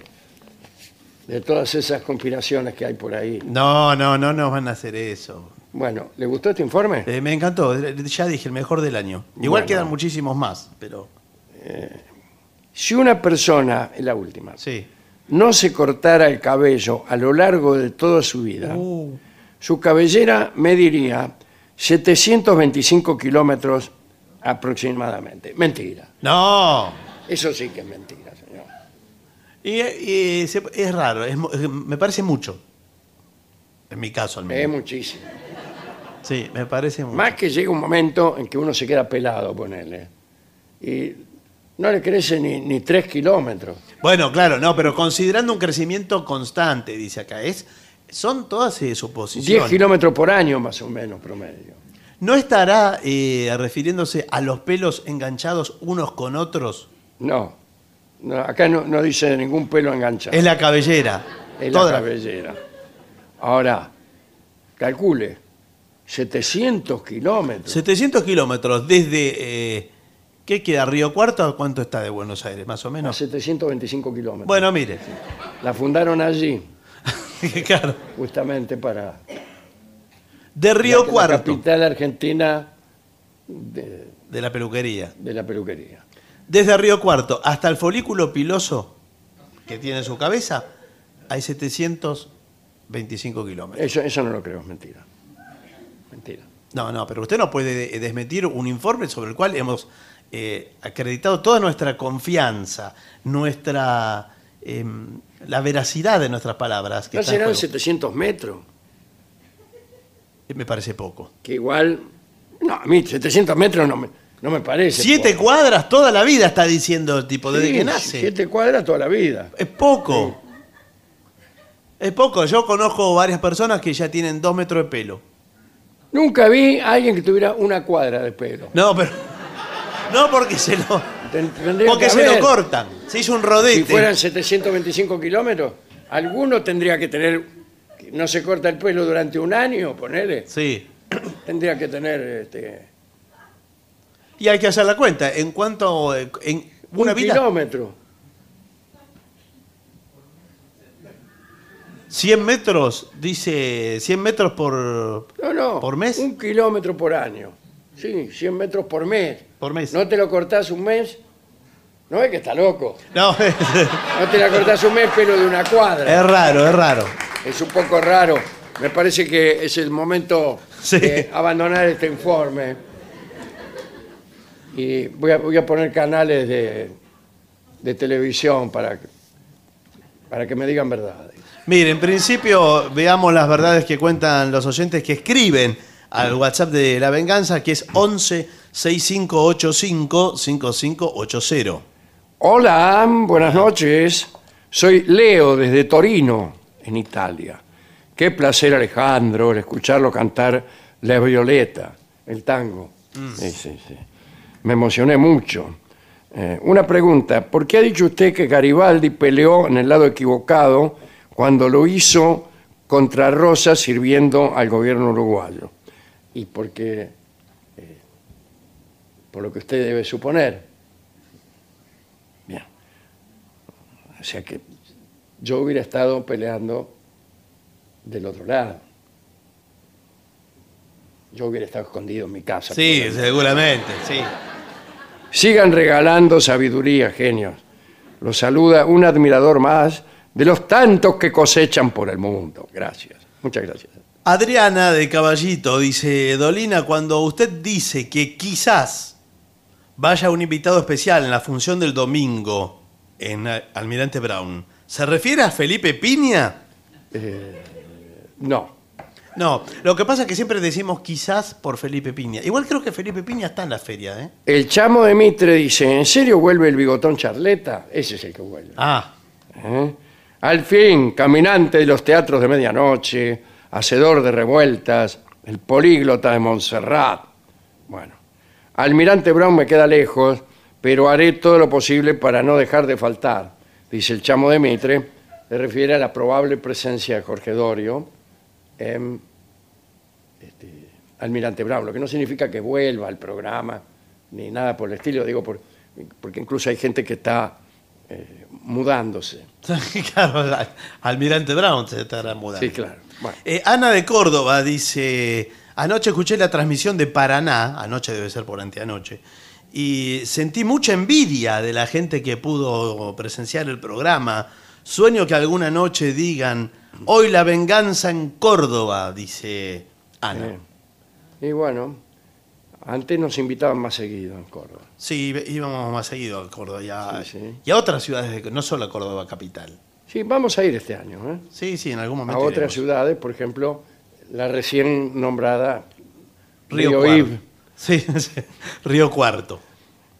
de todas esas conspiraciones que hay por ahí.
No, no, no nos van a hacer eso.
Bueno, ¿le gustó este informe?
Eh, me encantó, eh, ya dije, el mejor del año. Igual
Bueno.
quedan muchísimos más, pero
Si una persona, es la última,
sí.
no se cortara el cabello a lo largo de toda su vida,
Uh.
su cabellera mediría 725 kilómetros aproximadamente. Mentira.
No.
Eso sí que es mentira, señor.
Y, y se- es raro, es mu- eh, me parece mucho. En mi caso, al
Es
menos.
muchísimo.
Sí, me parece mucho.
Más que llega un momento en que uno se queda pelado, ponele. Y no le crece ni, ni tres kilómetros.
Bueno, claro, no, pero considerando un crecimiento constante, dice acá, es son todas eh,
Diez
suposiciones.
kilómetros por año, más o menos, promedio.
¿No estará eh, refiriéndose a los pelos enganchados unos con otros?
No. No, acá no, no dice ningún pelo enganchado.
Es la cabellera.
Es
Toda
la
la-
cabellera. Ahora, calcule, 700 kilómetros.
700 kilómetros desde... eh, ¿Qué queda? ¿Río Cuarto? ¿A ¿Cuánto está de Buenos Aires? Más o
a
menos.
725 kilómetros.
Bueno, mire.
La fundaron allí,
claro.
justamente para...
De
la-
Río
la
Cuarto.
capital argentina de,
De la peluquería.
de la peluquería.
Desde Río Cuarto hasta el folículo piloso que tiene en su cabeza hay 725 kilómetros.
Eso, eso no lo creo, es mentira. Mentira.
No, no, pero usted no puede de- desmentir un informe sobre el cual hemos eh, acreditado toda nuestra confianza, nuestra... em, la veracidad de nuestras palabras. que
¿No
está en
serán
juego.
700 metros?
Me parece poco.
Que igual... No, a mí 700 metros no me, no me parece.
Siete
poco.
cuadras toda la vida está diciendo el tipo, desde
Sí,
que nace.
Siete cuadras toda la vida.
Es poco. Es poco. Yo conozco varias personas que ya tienen dos metros de pelo.
Nunca vi a alguien que tuviera una cuadra de pelo.
No, pero. No, porque se lo.
Ten- tendría
Porque
que
se lo
haber.
cortan. Se hizo un
Si
rodete.
fueran 725 kilómetros, alguno tendría que tener, no se corta el pelo durante un año, ponele,
Sí.
tendría que tener este,
Y hay que hacer la cuenta. En cuanto. eh, En una
un
vida.
kilómetro.
100 metros, dice. 100 metros por.
No, no.
¿Por mes?
Un kilómetro por año. Sí, 100 metros por mes.
Por mes.
No te lo cortás un mes, no es que está loco.
No, es
No te la cortás un mes, pelo de una cuadra.
raro, es raro.
Es un poco raro. Me parece que es el momento
Sí.
de abandonar este informe. Y voy a, voy a poner canales de, de televisión para que, para que me digan verdades.
Mire, en principio veamos las verdades que cuentan los oyentes que escriben al WhatsApp de La Venganza, que es 11 6585-5580.
Hola, buenas noches. Soy Leo desde Torino, en Italia. Qué placer, Alejandro, el escucharlo cantar La Violeta, el tango. Sí, sí, sí. Me emocioné mucho. Eh, una pregunta, ¿por qué ha dicho usted que Garibaldi peleó en el lado equivocado cuando lo hizo contra Rosa sirviendo al gobierno uruguayo? Y porque, eh, por lo que usted debe suponer. Bien. O sea que yo hubiera estado peleando del otro lado. Yo hubiera estado escondido en mi casa.
Sí, seguramente, sí.
Sigan regalando sabiduría, genios. Los saluda un admirador más de los tantos que cosechan por el mundo. Gracias. Muchas gracias.
Adriana de Caballito dice, Dolina, cuando usted dice que quizás vaya un invitado especial en la función del domingo en eh, Almirante Brown, ¿se refiere a Felipe Piña?
No.
No, lo que pasa es que siempre decimos quizás por Felipe Piña. Igual creo que Felipe Piña está en la feria, ¿eh?
El chamo de Mitre dice, ¿en serio vuelve el bigotón charleta? Ese es el que vuelve.
Ah,
¿eh? Al fin, caminante de los teatros de medianoche, hacedor de revueltas, el políglota de Montserrat. Bueno, Almirante Brown me queda lejos, pero haré todo lo posible para no dejar de faltar, dice el chamo de Mitre. Se refiere a la probable presencia de Jorge Dorio en este, Almirante Brown, lo que no significa que vuelva al programa ni nada por el estilo, digo, por- porque incluso hay gente que está eh, mudándose.
claro, la- Almirante Brown se estará mudando.
Sí, claro. Bueno.
Eh, Ana de Córdoba dice, anoche escuché la transmisión de Paraná, anoche debe ser por anteanoche, y sentí mucha envidia de la gente que pudo presenciar el programa. Sueño que alguna noche digan, hoy la venganza en Córdoba, dice Ana.
Y bueno, antes nos invitaban más seguido en Córdoba.
Sí, íbamos más seguido a Córdoba y a,
Sí, sí.
y a otras ciudades, de- no solo a Córdoba capital.
Sí, vamos a ir este año, ¿eh?
Sí, sí, en algún
A
momento.
otras
iremos.
ciudades, por ejemplo, la recién nombrada
Río,
Río
Cuarto.
Iv.
Sí, sí, Río Cuarto.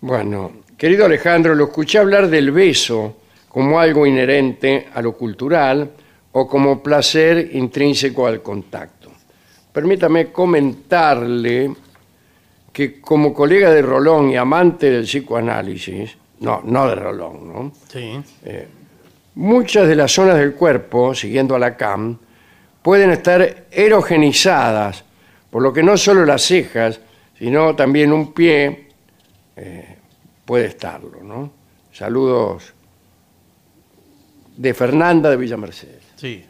Bueno, querido Alejandro, lo escuché hablar del beso como algo inherente a lo cultural o como placer intrínseco al contacto. Permítame comentarle que como colega de Rolón y amante del psicoanálisis, no, no de Rolón, ¿no?
Sí.
Muchas de las zonas del cuerpo, siguiendo a Lacan, pueden estar erogenizadas, por lo que no solo las cejas, sino también un pie eh, puede estarlo. ¿no? Saludos de Fernanda de Villa Mercedes.
Sí.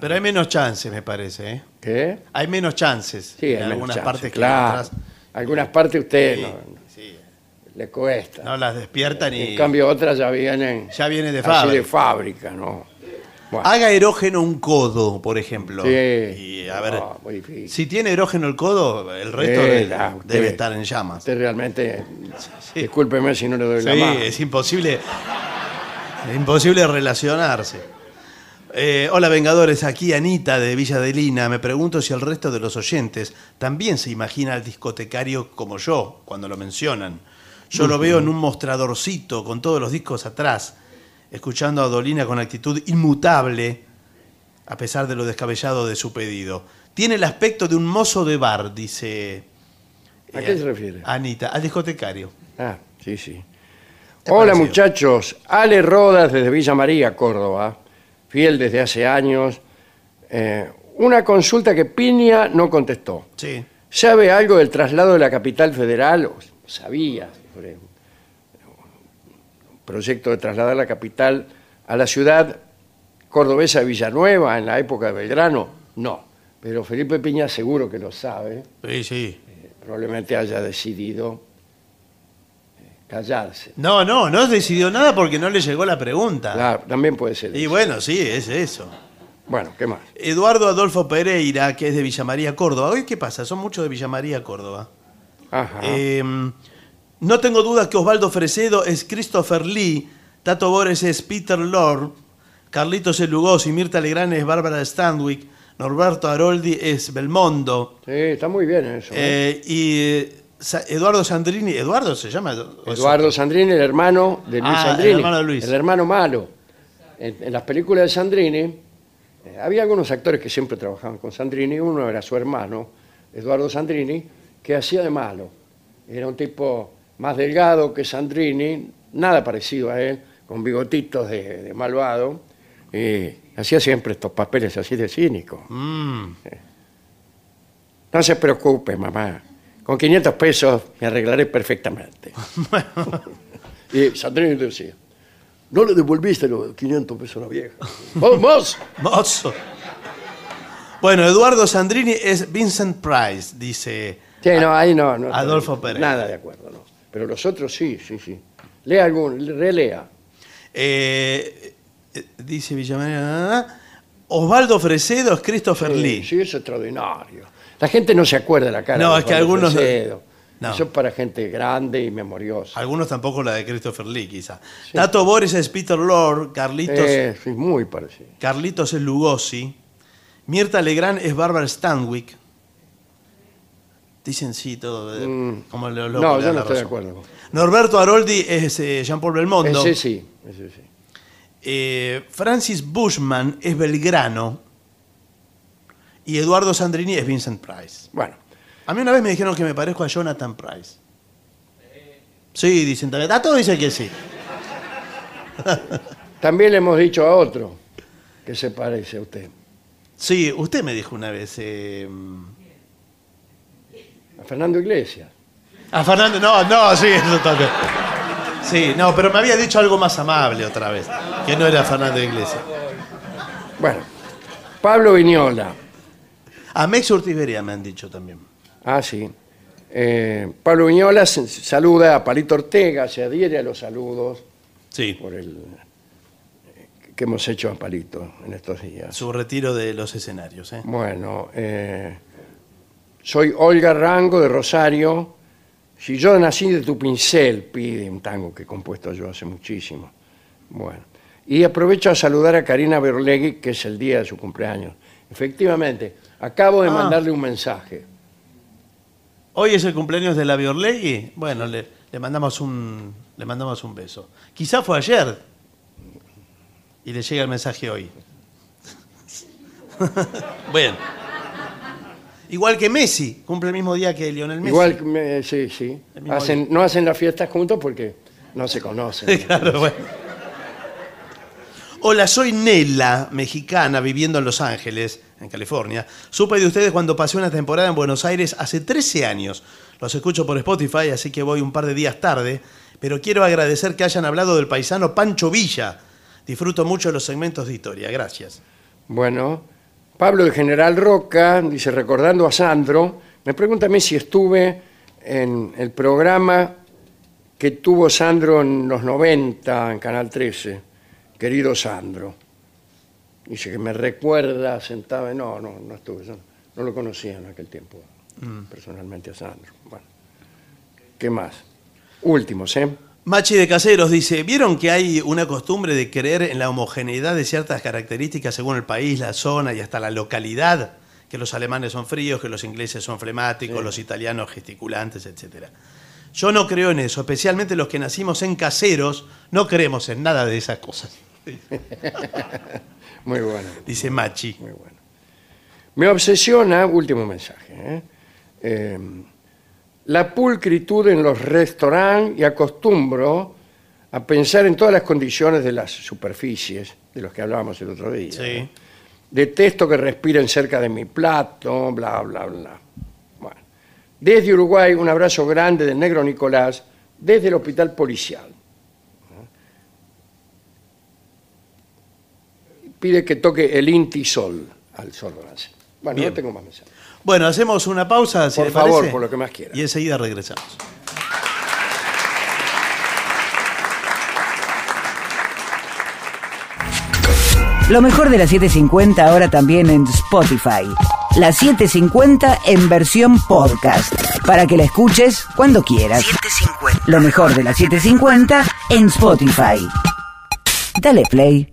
Pero hay menos chances, me parece. ¿eh?
¿Qué?
Hay menos chances
Sí, hay
en
menos
algunas
chance,
partes que
claro.
otras.
Algunas partes usted
Sí,
no,
sí.
le cuesta.
No las despiertan y
En cambio otras ya vienen
ya viene de
así de
fábrica.
fábrica, ¿no? Bueno,
Haga erógeno un codo, por ejemplo.
sí.
Y a ver,
No, muy difícil.
si tiene erógeno el codo, el resto
Sí,
de-
la- usted-
debe estar en llamas.
Usted Este, realmente, discúlpeme si no le doy la
Sí,
mano.
es imposible. es imposible relacionarse. Eh, hola Vengadores, aquí Anita de Villa de Lina. Me pregunto si el resto de los oyentes también se imagina al discotecario como yo cuando lo mencionan. Yo lo veo en un mostradorcito con todos los discos atrás, escuchando a Dolina con actitud inmutable, a pesar de lo descabellado de su pedido. Tiene el aspecto de un mozo de bar, dice.
¿A qué se refiere?
Anita, al discotecario.
Ah, sí, sí.
Es
Hola
parecido.
muchachos, Ale Rodas desde Villa María, Córdoba, fiel desde hace años. Eh, una consulta que Piña no contestó.
Sí.
¿Sabe algo del traslado de la capital federal? ¿O ¿Sabía sobre un un proyecto de trasladar la capital a la ciudad cordobesa de Villanueva en la época de Belgrano? No, pero Felipe Piña seguro que lo sabe.
Sí, sí.
probablemente haya decidido eh, callarse.
No, no, no decidió nada porque no le llegó la pregunta.
Claro, Ah, también puede ser.
Ah. Y
eso.
bueno, sí, es eso.
Bueno, ¿qué más?
Eduardo Adolfo Pereira, que es de Villa María, Córdoba. Hoy, ¿qué pasa? Son muchos de Villa María, Córdoba.
Ajá.
Eh, no tengo duda que Osvaldo Fresedo es Christopher Lee, Tato Bores es Peter Lord, Carlitos es Lugosi, Mirta Legrand es Bárbara Stanwyck, Norberto Aroldi es Belmondo,
Sí, está muy bien eso. ¿eh?
eh, y eh, Sa- Eduardo Sandrini. ¿Eduardo se llama? O-
Eduardo Sandrini, el hermano de Luis
Ah, el
Sandrini.
hermano de Luis.
el hermano malo. En, en las películas de Sandrini, eh, había algunos actores que siempre trabajaban con Sandrini. Uno era su hermano, Eduardo Sandrini, que hacía de malo. Era un tipo más delgado que Sandrini, nada parecido a él, con bigotitos de, de malvado. Y hacía siempre estos papeles así de cínico.
Mm,
No se preocupe, mamá. Con 500 pesos me arreglaré perfectamente. y Sandrini decía, no le devolviste los 500 pesos a la vieja. ¡Vos, vos!
mozo. Bueno, Eduardo Sandrini es Vincent Price, dice.
Sí, no, ahí no. no
Adolfo
estoy
Pérez.
Nada de acuerdo, no. Pero los otros sí, sí, sí. Lea algún, relea.
Eh, eh, dice Villamanera. Osvaldo Fresedo es Christopher Lee.
Sí, eso es extraordinario. La gente no se acuerda la cara
No,
de
es que
Osvaldo
algunos no-
Fresedo.
no.
Eso es para gente grande y memoriosa.
Algunos tampoco la de Christopher Lee, quizá. Tato Boris es Peter Lord, Carlitos,
Eh, sí, muy parecido.
Carlitos es Lugosi, Mirta Legrand es Barbara Stanwyck. Dicen sí, todo. eh,
Mm.
Como lo,
No,
lo-
yo
la-
no
la
estoy de
razón.
acuerdo.
Norberto Aroldi es eh, Jean-Paul Belmondo.
Ese sí, ese sí.
Eh, Francis Bushman es Belgrano. Y Eduardo Sandrini es Vincent Price.
Bueno,
A mí una vez me dijeron que me parezco a Jonathan Price. Sí, dicen también. A todos dicen que sí.
También le hemos dicho a otro que se parece a usted,
Sí, usted me dijo una vez. eh,
a Fernando Iglesias.
a Fernando. No, no, sí, eso también. Sí, no, pero me había dicho algo más amable otra vez. Que no era Fernando Iglesias.
Bueno, Pablo Viñola.
A Mex Urtiberia me han dicho también.
Ah, sí. Eh, Pablo Viñola s- saluda a Palito Ortega, se adhiere a los saludos
Sí.
por el eh, que hemos hecho a Palito en estos días.
Su retiro de los escenarios. ¿eh?
Bueno, eh, soy Olga Rango de Rosario. Si yo nací de tu pincel, pide un tango que he compuesto yo hace muchísimo. Bueno, y aprovecho a saludar a Karina Berlegui, que es el día de su cumpleaños. Efectivamente, acabo de
Ah.
mandarle un mensaje.
Hoy es el cumpleaños de la Biorlegui. Bueno, le, le mandamos un, le mandamos un beso. Quizá fue ayer y le llega el mensaje hoy. bueno. Igual que Messi, cumple el mismo día que Lionel Messi.
Igual, que me- sí, sí.
El mismo
Hacen, no hacen las fiestas juntos porque no se conocen.
Claro, bueno. Hola, soy Nela, mexicana, viviendo en Los Ángeles, en California. Supe de ustedes cuando pasé una temporada en Buenos Aires hace 13 años. Los escucho por Spotify, así que voy un par de días tarde, pero quiero agradecer que hayan hablado del paisano Pancho Villa. Disfruto mucho los segmentos de historia, gracias.
Bueno, Pablo de General Roca dice, recordando a Sandro, me pregunta a mí si estuve en el programa que tuvo Sandro en los 90 en Canal 13, querido Sandro. Dice que me recuerda sentado. en- No, no, no estuve. yo no- no lo conocía en aquel tiempo, personalmente a Sandro. Bueno, ¿qué más? Últimos, ¿eh?
Machi de Caseros dice, ¿vieron que hay una costumbre de creer en la homogeneidad de ciertas características según el país, la zona y hasta la localidad? Que los alemanes son fríos, que los ingleses son flemáticos, los italianos gesticulantes, etc. Yo no creo en eso, especialmente los que nacimos en caseros, no creemos en nada de esas cosas,
Muy bueno.
dice Machi.
Muy bueno. Me obsesiona, último mensaje, ¿eh? Eh, la pulcritud en los restaurantes y acostumbro a pensar en todas las condiciones de las superficies, de los que hablábamos el otro día. ¿eh?
Sí.
Detesto que respiren cerca de mi plato, bla, bla, bla. Bueno. Desde Uruguay, un abrazo grande del negro Nicolás, desde el hospital policial. Pide que toque el Inti Sol al Sol Rance. Bueno,
Bien.
no tengo más mensajes.
Bueno, hacemos una pausa, si
Por
le
favor,
parece,
por lo que más quiera.
Y enseguida regresamos.
Lo mejor de la 750 ahora también en Spotify. La 750 en versión podcast. Para que la escuches cuando quieras. Lo mejor de la 750 en Spotify. Dale play.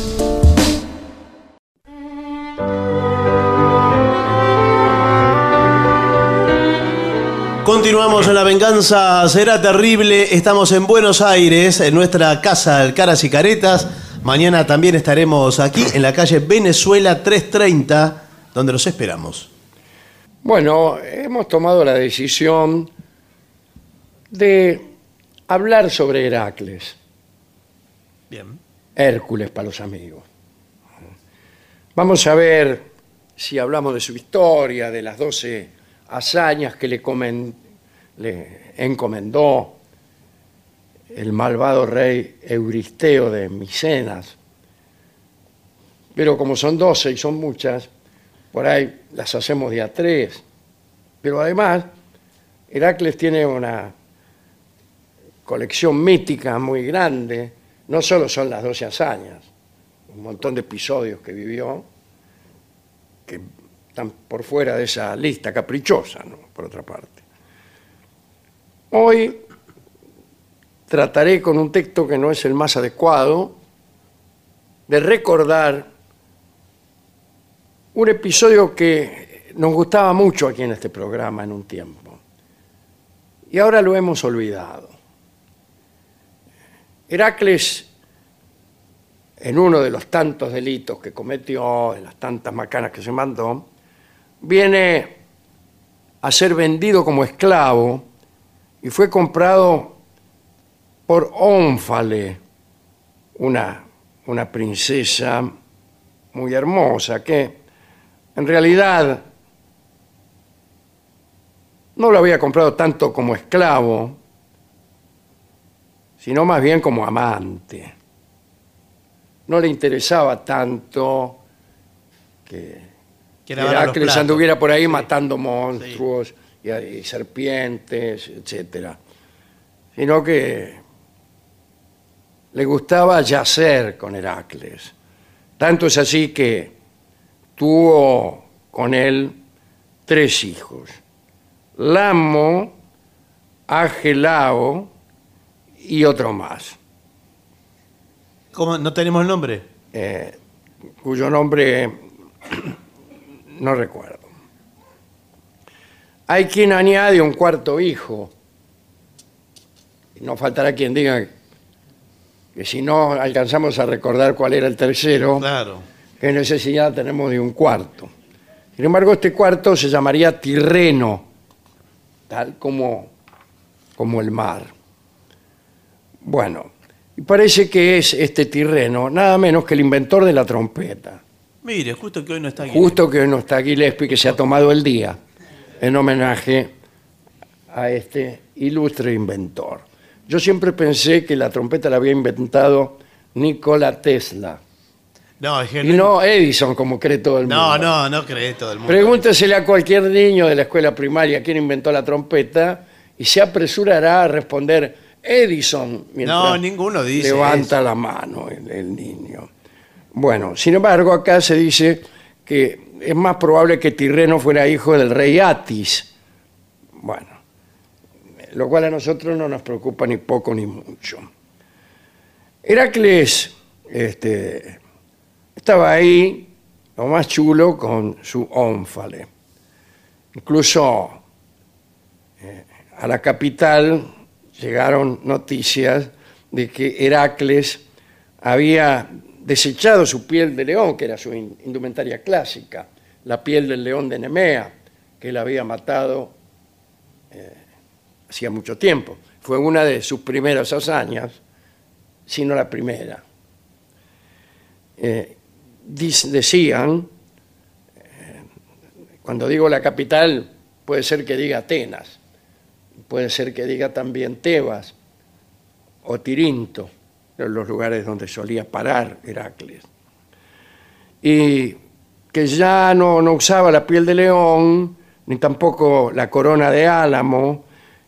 Continuamos en La Venganza Será Terrible. Estamos en Buenos Aires, en nuestra casa del Caras y Caretas. Mañana también estaremos aquí en la calle Venezuela 330, donde los esperamos.
Bueno, hemos tomado la decisión de hablar sobre Heracles,
Bien.
Hércules para los amigos. Vamos a ver si hablamos de su historia, de las 12 hazañas que le, comen- le encomendó el malvado rey Euristeo de Micenas. Pero como son 12 y son muchas, por ahí las hacemos de a tres. Pero además, Heracles tiene una colección mítica muy grande. No solo son las 12 hazañas, un montón de episodios que vivió, que están por fuera de esa lista caprichosa, ¿no? por otra parte. Hoy trataré con un texto que no es el más adecuado de recordar un episodio que nos gustaba mucho aquí en este programa en un tiempo. Y ahora lo hemos olvidado. Heracles, en uno de los tantos delitos que cometió, en las tantas macanas que se mandó, viene a ser vendido como esclavo y fue comprado por Ónfale, una, una princesa muy hermosa que en realidad no lo había comprado tanto como esclavo, sino más bien como amante. No le interesaba tanto que
Que lavaran los
Heracles
platos.
anduviera por ahí matando monstruos y, y serpientes, etcétera, sino que le gustaba yacer con Heracles. Tanto es así que tuvo con él tres hijos: Lamo, Agelao y otro más,
¿Cómo? ¿No tenemos el nombre?
eh, cuyo nombre no recuerdo. Hay quien añade un cuarto hijo. No faltará quien diga que si no alcanzamos a recordar cuál era el tercero,
Claro.
qué necesidad tenemos de un cuarto. Sin embargo, este cuarto se llamaría Tirreno, tal como, como el mar. Bueno, y parece que es este Tirreno, nada menos que el inventor de la trompeta.
Mire, justo que hoy no está aquí.
Justo que hoy no está Gillespie, que se ha tomado el día en homenaje a este ilustre inventor. Yo siempre pensé que la trompeta la había inventado Nikola Tesla.
No, es que
Y no Edison, como cree todo el mundo.
No, no, no cree todo el mundo.
Pregúntesele a cualquier niño de la escuela primaria quién inventó la trompeta y se apresurará a responder Edison. mientras
No, ninguno dice
Levanta la mano el, el niño. Bueno, sin embargo, acá se dice que es más probable que Tirreno fuera hijo del rey Atis. Bueno, lo cual a nosotros no nos preocupa ni poco ni mucho. Heracles este, estaba ahí, lo más chulo, con su ónfale. Incluso eh, a la capital llegaron noticias de que Heracles había desechado su piel de león, que era su in- indumentaria clásica, la piel del león de Nemea, que él había matado eh, hacía mucho tiempo. Fue una de sus primeras hazañas, sino la primera eh, dis- decían, eh, cuando digo la capital, puede ser que diga Atenas, puede ser que diga también Tebas o Tirinto, eran los lugares donde solía parar Heracles. Y que ya no, no usaba la piel de león, ni tampoco la corona de álamo,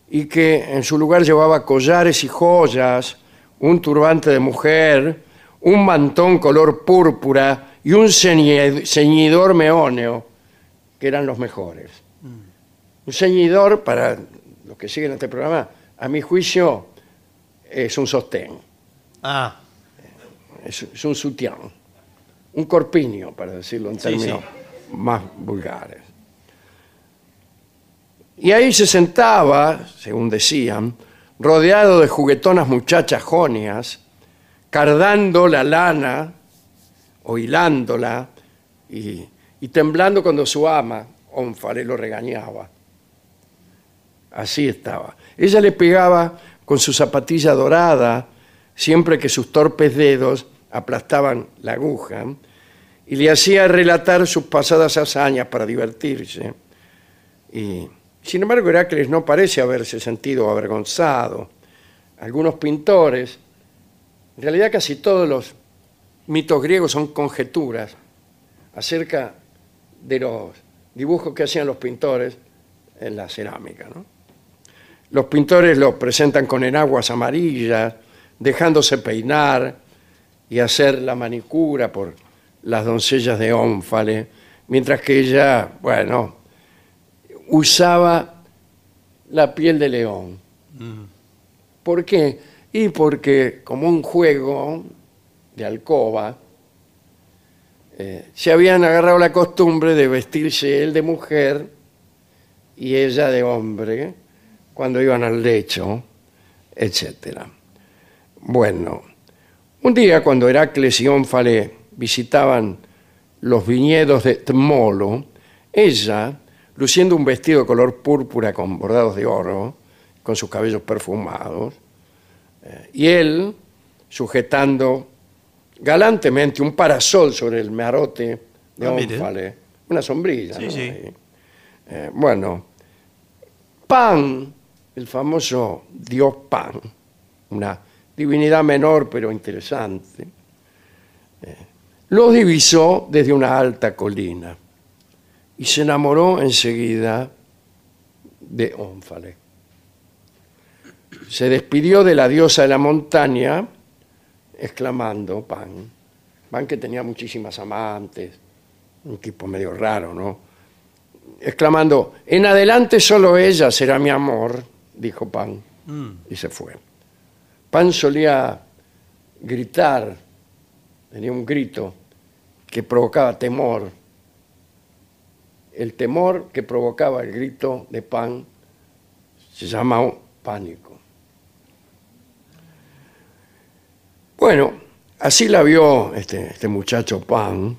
y que en su lugar llevaba collares y joyas, un turbante de mujer, un mantón color púrpura y un ceñe- ceñidor meóneo que eran los mejores. Un ceñidor, para los que siguen este programa, a mi juicio es un sostén,
Ah,
es, es un sutián, un corpiño, para decirlo en
Sí, sí.
términos más vulgares. Y ahí se sentaba, según decían, rodeado de juguetonas muchachas jonias, cardando la lana o hilándola y, y temblando cuando su ama, Onfaré, lo regañaba. Así estaba. Ella le pegaba con su zapatilla dorada siempre que sus torpes dedos aplastaban la aguja y le hacía relatar sus pasadas hazañas para divertirse. Y, sin embargo, Heracles no parece haberse sentido avergonzado. Algunos pintores, en realidad casi todos los mitos griegos son conjeturas acerca de los dibujos que hacían los pintores en la cerámica. ¿no? Los pintores los presentan con enaguas amarillas, dejándose peinar y hacer la manicura por las doncellas de Ónfale, mientras que ella, bueno, usaba la piel de león. ¿Por qué? Y porque como un juego de alcoba, eh, se habían agarrado la costumbre de vestirse él de mujer y ella de hombre cuando iban al lecho, etc. Bueno, un día cuando Heracles y Ónfale visitaban los viñedos de Tmolo, ella, luciendo un vestido de color púrpura con bordados de oro, con sus cabellos perfumados, eh, y él sujetando galantemente un parasol sobre el marote de
Ah, mire.
Ónfale, una sombrilla.
Sí,
¿no?
sí.
Ahí. Eh, bueno, Pan, el famoso dios Pan, una divinidad menor pero interesante, eh, los divisó desde una alta colina y se enamoró enseguida de Ónfale. Se despidió de la diosa de la montaña exclamando Pan. Pan que tenía muchísimas amantes, un tipo medio raro, ¿no? exclamando, en adelante solo ella será mi amor, dijo Pan,
mm,
y se fue. Pan solía gritar, tenía un grito que provocaba temor. El temor que provocaba el grito de Pan se llama o- pánico. Bueno, así la vio este, este muchacho Pan.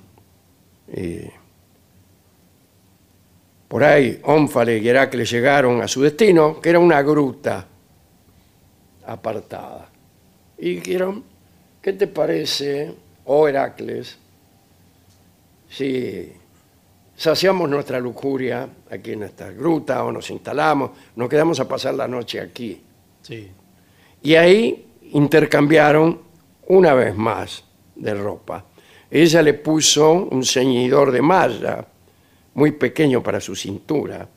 y por ahí, Ónfale y Heracles llegaron a su destino, que era una gruta apartada. Y dijeron, ¿qué te parece, oh Heracles, si saciamos nuestra lujuria aquí en esta gruta o nos instalamos, nos quedamos a pasar la noche aquí?
sí.
Y ahí intercambiaron una vez más de ropa. Ella le puso un ceñidor de malla, muy pequeño para su cintura.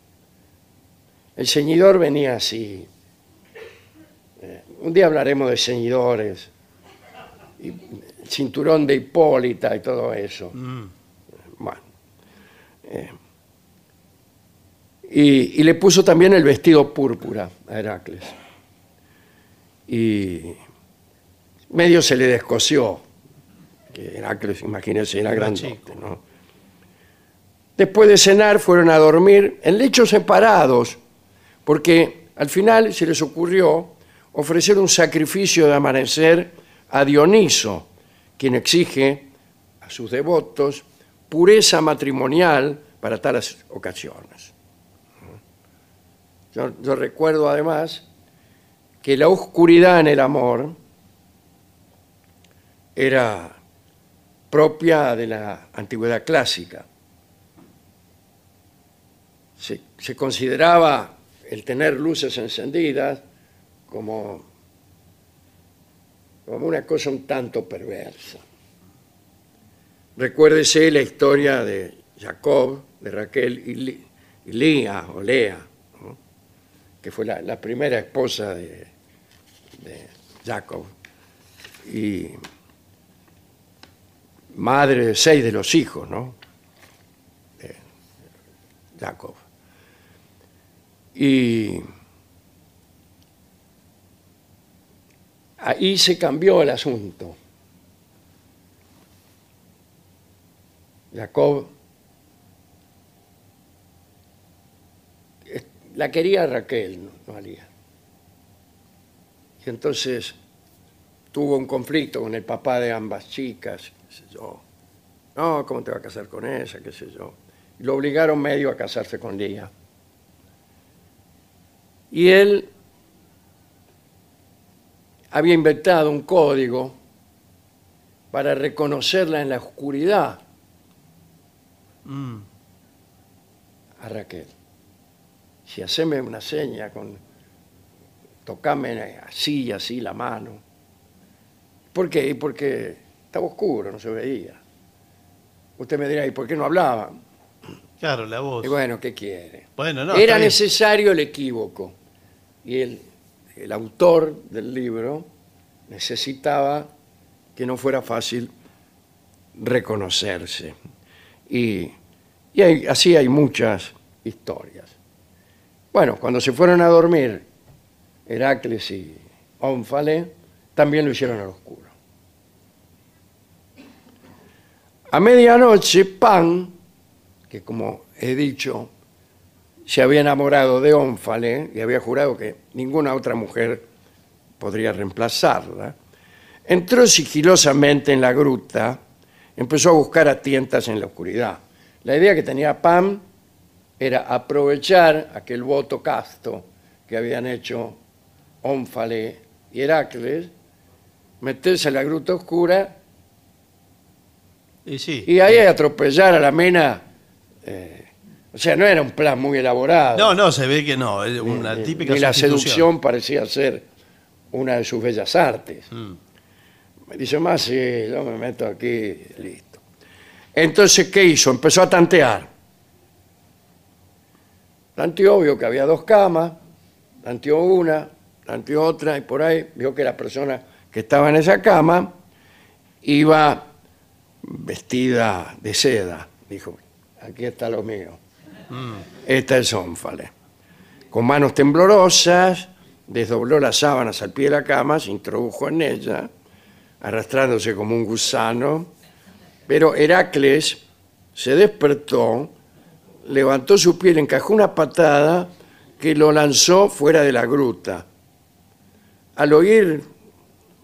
El ceñidor venía así. Eh, un día hablaremos de ceñidores, y cinturón de Hipólita y todo eso. Bueno. Eh, y- y le puso también el vestido púrpura a Heracles y medio se le descoció. Que Heracles, imagínense, era
Era
grandote,
chico.
¿no? Después de cenar fueron a dormir en lechos separados, porque al final se les ocurrió ofrecer un sacrificio de amanecer a Dioniso, quien exige a sus devotos pureza matrimonial para tales ocasiones. Yo- yo recuerdo además que la oscuridad en el amor era propia de la antigüedad clásica. Se, se consideraba el tener luces encendidas como, como una cosa un tanto perversa. Recuérdese la historia de Jacob, de Raquel y, Li- y Lía, o Lea, que fue la, la primera esposa de, de Jacob y madre de seis de los hijos, ¿no? De Yakov. Y ahí se cambió el asunto. Jacob eh, la quería Raquel, no, no a Lía. Y entonces tuvo un conflicto con el papá de ambas chicas, qué sé yo. No, ¿cómo te va a casar con esa? qué sé yo. Y lo obligaron medio a casarse con Lía. Y él había inventado un código para reconocerla en la oscuridad a Raquel. Si haceme una seña con tocame así y así la mano. ¿Por qué? Y Porque estaba oscuro, no se veía. Usted me dirá, ¿y por qué no hablaba?
Claro, la voz.
Y bueno, ¿qué quiere?
Bueno, no, está
Era
bien.
necesario el equívoco. Y el, el autor del libro necesitaba que no fuera fácil reconocerse. Y, y hay- así hay muchas historias. Bueno, cuando se fueron a dormir, Heracles y Ónfale también lo hicieron al oscuro. A medianoche, Pan, que como he dicho, se había enamorado de Ónfale y había jurado que ninguna otra mujer podría reemplazarla, entró sigilosamente en la gruta, empezó a buscar a tientas en la oscuridad. La idea que tenía Pam era aprovechar aquel voto casto que habían hecho Ónfale y Heracles, meterse en la gruta oscura
Y sí.
y ahí atropellar a la mena. eh, o sea, no era un plan muy elaborado.
No, no, se ve que no. Es una
Eh,
típica
y la
sustitución.
seducción parecía ser una de sus bellas artes.
Mm.
Me dice, más sí, yo me meto aquí, listo. Entonces, ¿qué hizo? Empezó a tantear. Tanteó, vio que había dos camas, tanteó una, tanteó otra, y por ahí vio que la persona que estaba en esa cama iba vestida de seda. Dijo, aquí está lo mío. Esta es Ónfale con manos temblorosas, desdobló las sábanas al pie de la cama, se introdujo en ella, arrastrándose como un gusano. Pero Heracles se despertó, levantó su piel, encajó una patada que lo lanzó fuera de la gruta. Al oír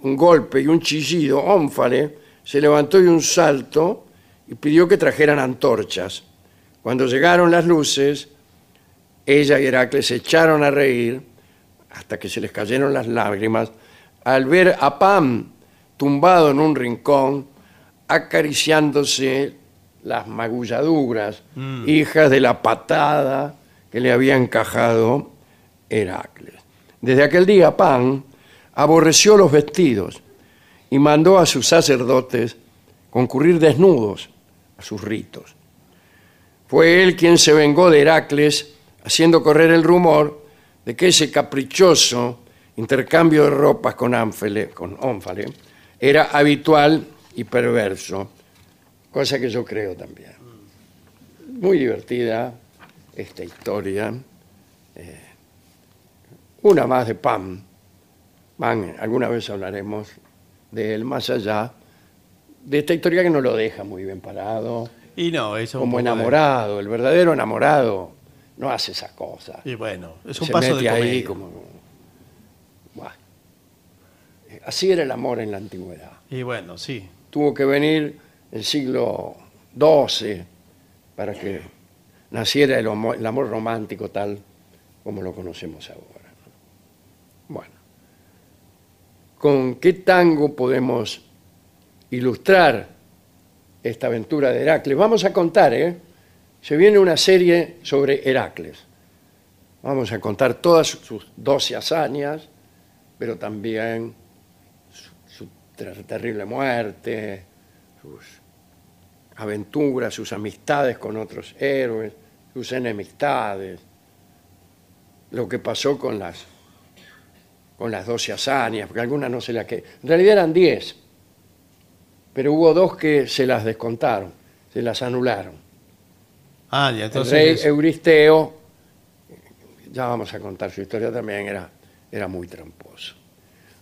un golpe y un chillido, Ónfale se levantó de un salto y pidió que trajeran antorchas. Cuando llegaron las luces, ella y Heracles se echaron a reír hasta que se les cayeron las lágrimas al ver a Pam tumbado en un rincón acariciándose las magulladuras, hijas de la patada que le había encajado Heracles. Desde aquel día Pan aborreció los vestidos y mandó a sus sacerdotes concurrir desnudos a sus ritos. Fue él quien se vengó de Heracles, haciendo correr el rumor de que ese caprichoso intercambio de ropas con Ánfale, con Ónfale era habitual y perverso, cosa que yo creo también. Muy divertida esta historia. eh, una más de Pam. Pam, alguna vez hablaremos de él más allá de esta historia que no lo deja muy bien parado
Y no, eso es un
como
poco de-
enamorado, el verdadero enamorado no hace esas cosas.
Y bueno, es un
Se
paso
mete
de
ahí
comedia.
como Buah. Así era el amor en la antigüedad.
Y bueno, sí.
Tuvo que venir el siglo XII para que naciera el, homo- el amor romántico tal como lo conocemos ahora. Bueno, ¿con qué tango podemos ilustrar esta aventura de Heracles? Vamos a contar, ¿eh? Se viene una serie sobre Heracles. Vamos a contar todas sus 12 hazañas, pero también su ter- terrible muerte, sus aventuras, sus amistades con otros héroes, sus enemistades, lo que pasó con las con las 12 hazañas, porque algunas no se las que. En realidad eran 10, pero hubo dos que se las descontaron, se las anularon.
Ah,
El
ya,
rey
entonces.
Euristeo, ya vamos a contar su historia también, era, era muy tramposo.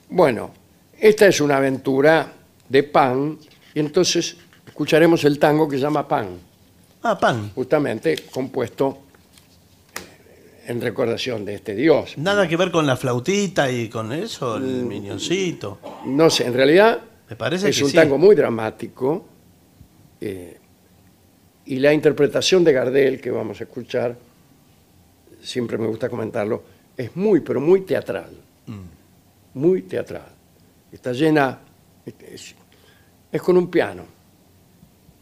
Bueno, esta es una aventura de pan, y entonces escucharemos el tango que se llama Pan, eh,
Ah, pan.
justamente compuesto eh, en recordación de este dios.
Nada que ver con la flautita y con eso, el miñoncito.
No sé, en realidad
Me parece
es
que
un
sí.
tango muy dramático eh, y la interpretación de Gardel que vamos a escuchar, siempre me gusta comentarlo, es muy, pero muy teatral.
Mm.
Muy teatral. Está llena, es, es con un piano.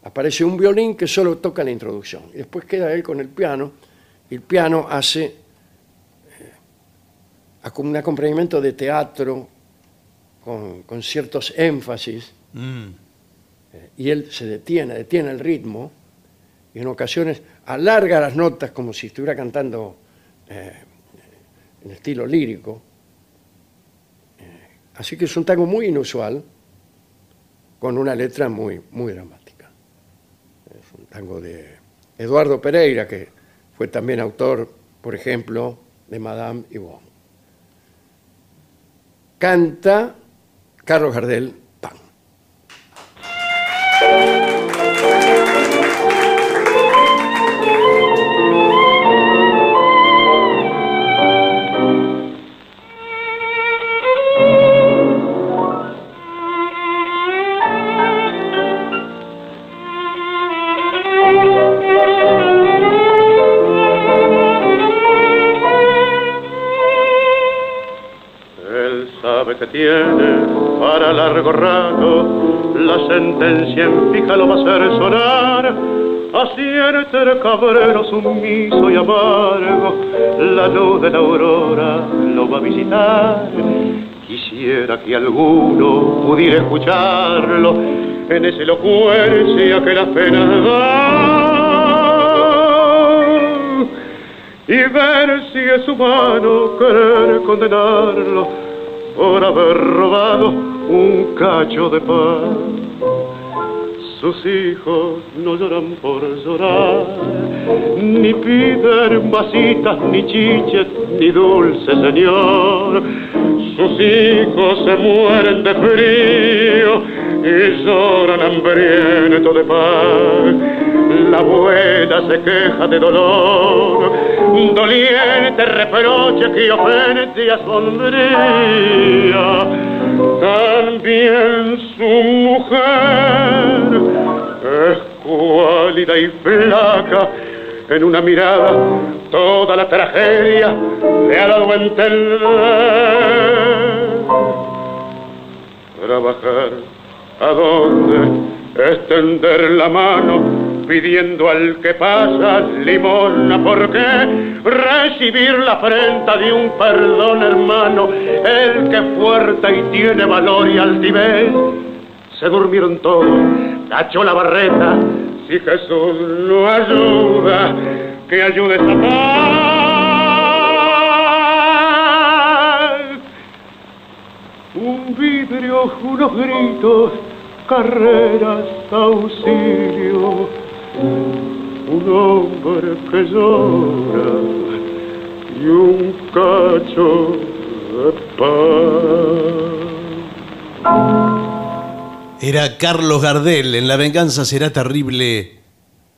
Aparece un violín que solo toca la introducción. Y después queda él con el piano y el piano hace eh, acom- un acompañamiento de teatro con, con ciertos énfasis
Mm.
y él se detiene, detiene el ritmo y en ocasiones alarga las notas como si estuviera cantando eh, en estilo lírico. Eh, Así que es un tango muy inusual con una letra muy, muy dramática. Es un tango de Eduardo Pereira, que fue también autor, por ejemplo, de Madame Yvonne. Canta Carlos Gardel Pan.
Él sabe que tiene para largo rato la sentencia en pica lo va a hacer sonar. Así en ser cabrero sumiso y amargo, la luz de la aurora lo va a visitar. Quisiera que alguno pudiera escucharlo en esa elocuencia que las penas dan y ver si es humano querer condenarlo por haber robado un cacho de pan. Sus hijos no lloran por llorar, ni piden masitas, ni chiches, ni dulce señor. Sus hijos se mueren de frío y lloran hambriento de pan. La abuela se queja de dolor, doliente reproche que ofende a sombría. También su mujer es cuálida y flaca. En una mirada toda la tragedia le ha dado a entender. Trabajar a dónde extender la mano pidiendo al que pasa limosna, porque recibir la afrenta de un perdón, hermano, el que es fuerte y tiene valor y altivez. Se durmieron todos, cachó la barreta, si Jesús no ayuda, que ayude esa paz un vidrio, unos gritos, carreras, auxilio, un hombre que llora y un cacho de pan.
Era Carlos Gardel. En La venganza será terrible.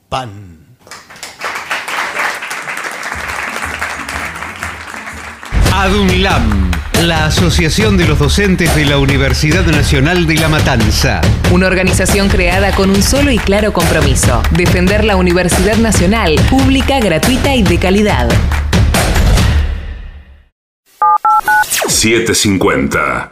Pan.
ADUNLAM, la Asociación de los Docentes de la Universidad Nacional de La Matanza.
Una organización creada con un solo y claro compromiso, defender la Universidad Nacional, pública, gratuita y de calidad.
750.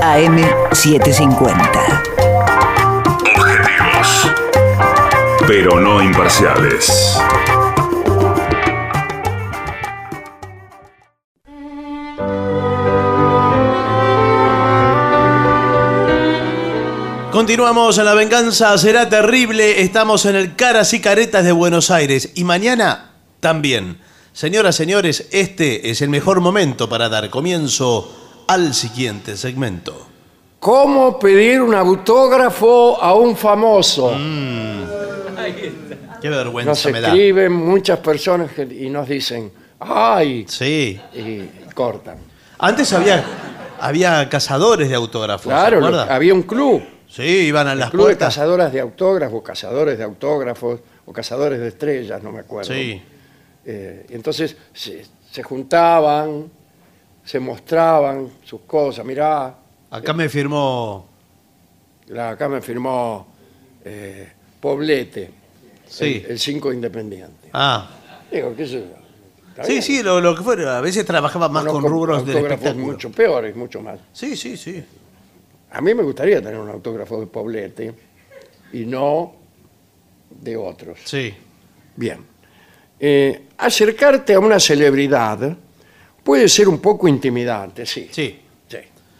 AM750.
Objetivos. Pero no imparciales.
Continuamos en La Venganza Será Terrible. Estamos en el Caras y Caretas de Buenos Aires. Y mañana también. Señoras, señores, este es el mejor momento para dar comienzo al siguiente segmento.
¿Cómo pedir un autógrafo a un famoso?
Qué vergüenza
nos
Mm, me da.
escriben muchas personas que- y nos dicen, ¡ay!
Sí.
Y cortan.
Antes había, había cazadores de autógrafos, ¿se
Claro, lo-
acuerda?
había un club,
Sí, iban a las
club de
puertas.
cazadoras de autógrafos, cazadores de autógrafos o cazadores de estrellas, no me acuerdo.
Sí.
Eh, entonces se, se juntaban, se mostraban sus cosas. Mirá,
Acá me firmó.
la- acá me firmó eh, Poblete,
Sí.
el 5 Independiente.
Ah.
Digo, qué sé yo. Está
Sí,
bien.
sí, lo, lo que fuera. A veces trabajaba más con
Conozco
rubros del
autógrafos
espectáculo.
mucho peores, mucho más.
Sí, sí, sí.
A mí me gustaría tener un autógrafo de Poblete y no de otros.
Sí.
Bien. Eh, acercarte a una celebridad puede ser un poco intimidante, sí.
Sí.
Sí.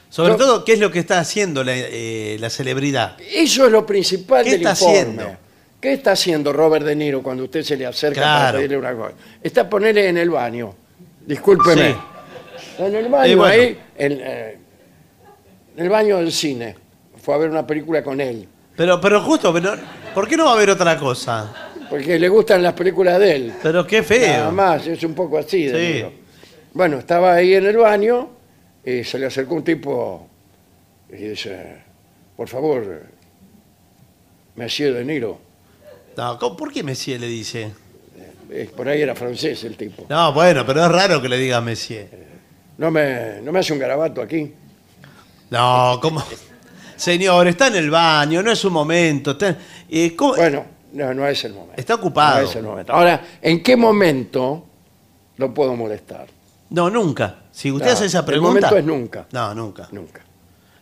Sobre
Yo-
todo, ¿qué es lo que está haciendo la, eh, la celebridad?
Eso es lo principal
¿Qué
del
está
informe.
haciendo?
¿Qué está haciendo Robert De Niro cuando usted se le acerca para
Claro.
pedirle una cosa? Está ponerle en el baño. Discúlpeme.
Sí.
En el baño,
Eh, bueno.
ahí, en, eh, en el baño del cine. Fue a ver una película con él.
Pero, pero justo, pero, ¿por qué no va a haber otra cosa?
Porque le gustan las películas de él.
Pero qué
Nada
feo.
más, es un poco así. de
Sí.
libro. Bueno, estaba ahí en el baño y se le acercó un tipo y dice, por favor, Monsieur De Niro.
No, ¿cómo- ¿Por qué Messier le dice?
Eh, Por ahí era francés el tipo.
No, bueno, pero es raro que le diga Messier.
No me, no me hace un garabato aquí.
No, ¿cómo? Señor, está en el baño, no es su momento. Está, eh, ¿cómo-
Bueno, no, no es el momento.
Está ocupado.
No es el momento. Ahora, ¿en qué momento lo puedo molestar?
No, nunca. Si usted
No,
hace esa
el
pregunta.
momento es nunca.
No, nunca.
Nunca.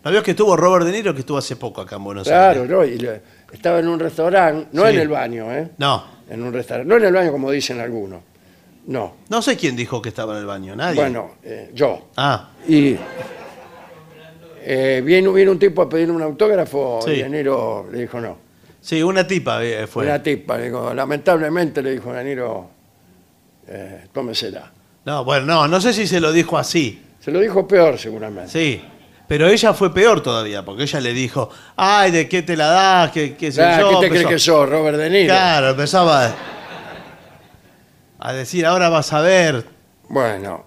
¿No vio que estuvo Robert De Niro que estuvo hace poco acá en Buenos
Claro,
Aires?
¿no? Y le- estaba en un restaurante, no
Sí.
en el baño, ¿eh?
No.
En un restaurante, no en el baño como dicen algunos. No.
No sé quién dijo que estaba en el baño, nadie.
Bueno, eh, yo.
Ah,
Y eh, viene, viene un tipo a pedir un autógrafo
Sí.
y De Niro le dijo no.
sí, una tipa eh, fue.
Una tipa, le digo, lamentablemente le dijo De Niro, eh, tómesela.
No, bueno, no, no sé si se lo dijo así.
Se lo dijo peor seguramente.
Sí. Pero ella fue peor todavía, porque ella le dijo, ay, ¿de qué te la das? ¿Qué, qué sé
Ah,
yo?".
¿Qué te crees
Empezó-
que sos, Robert De Niro?
Claro, empezaba a- a decir, ahora vas a ver.
Bueno,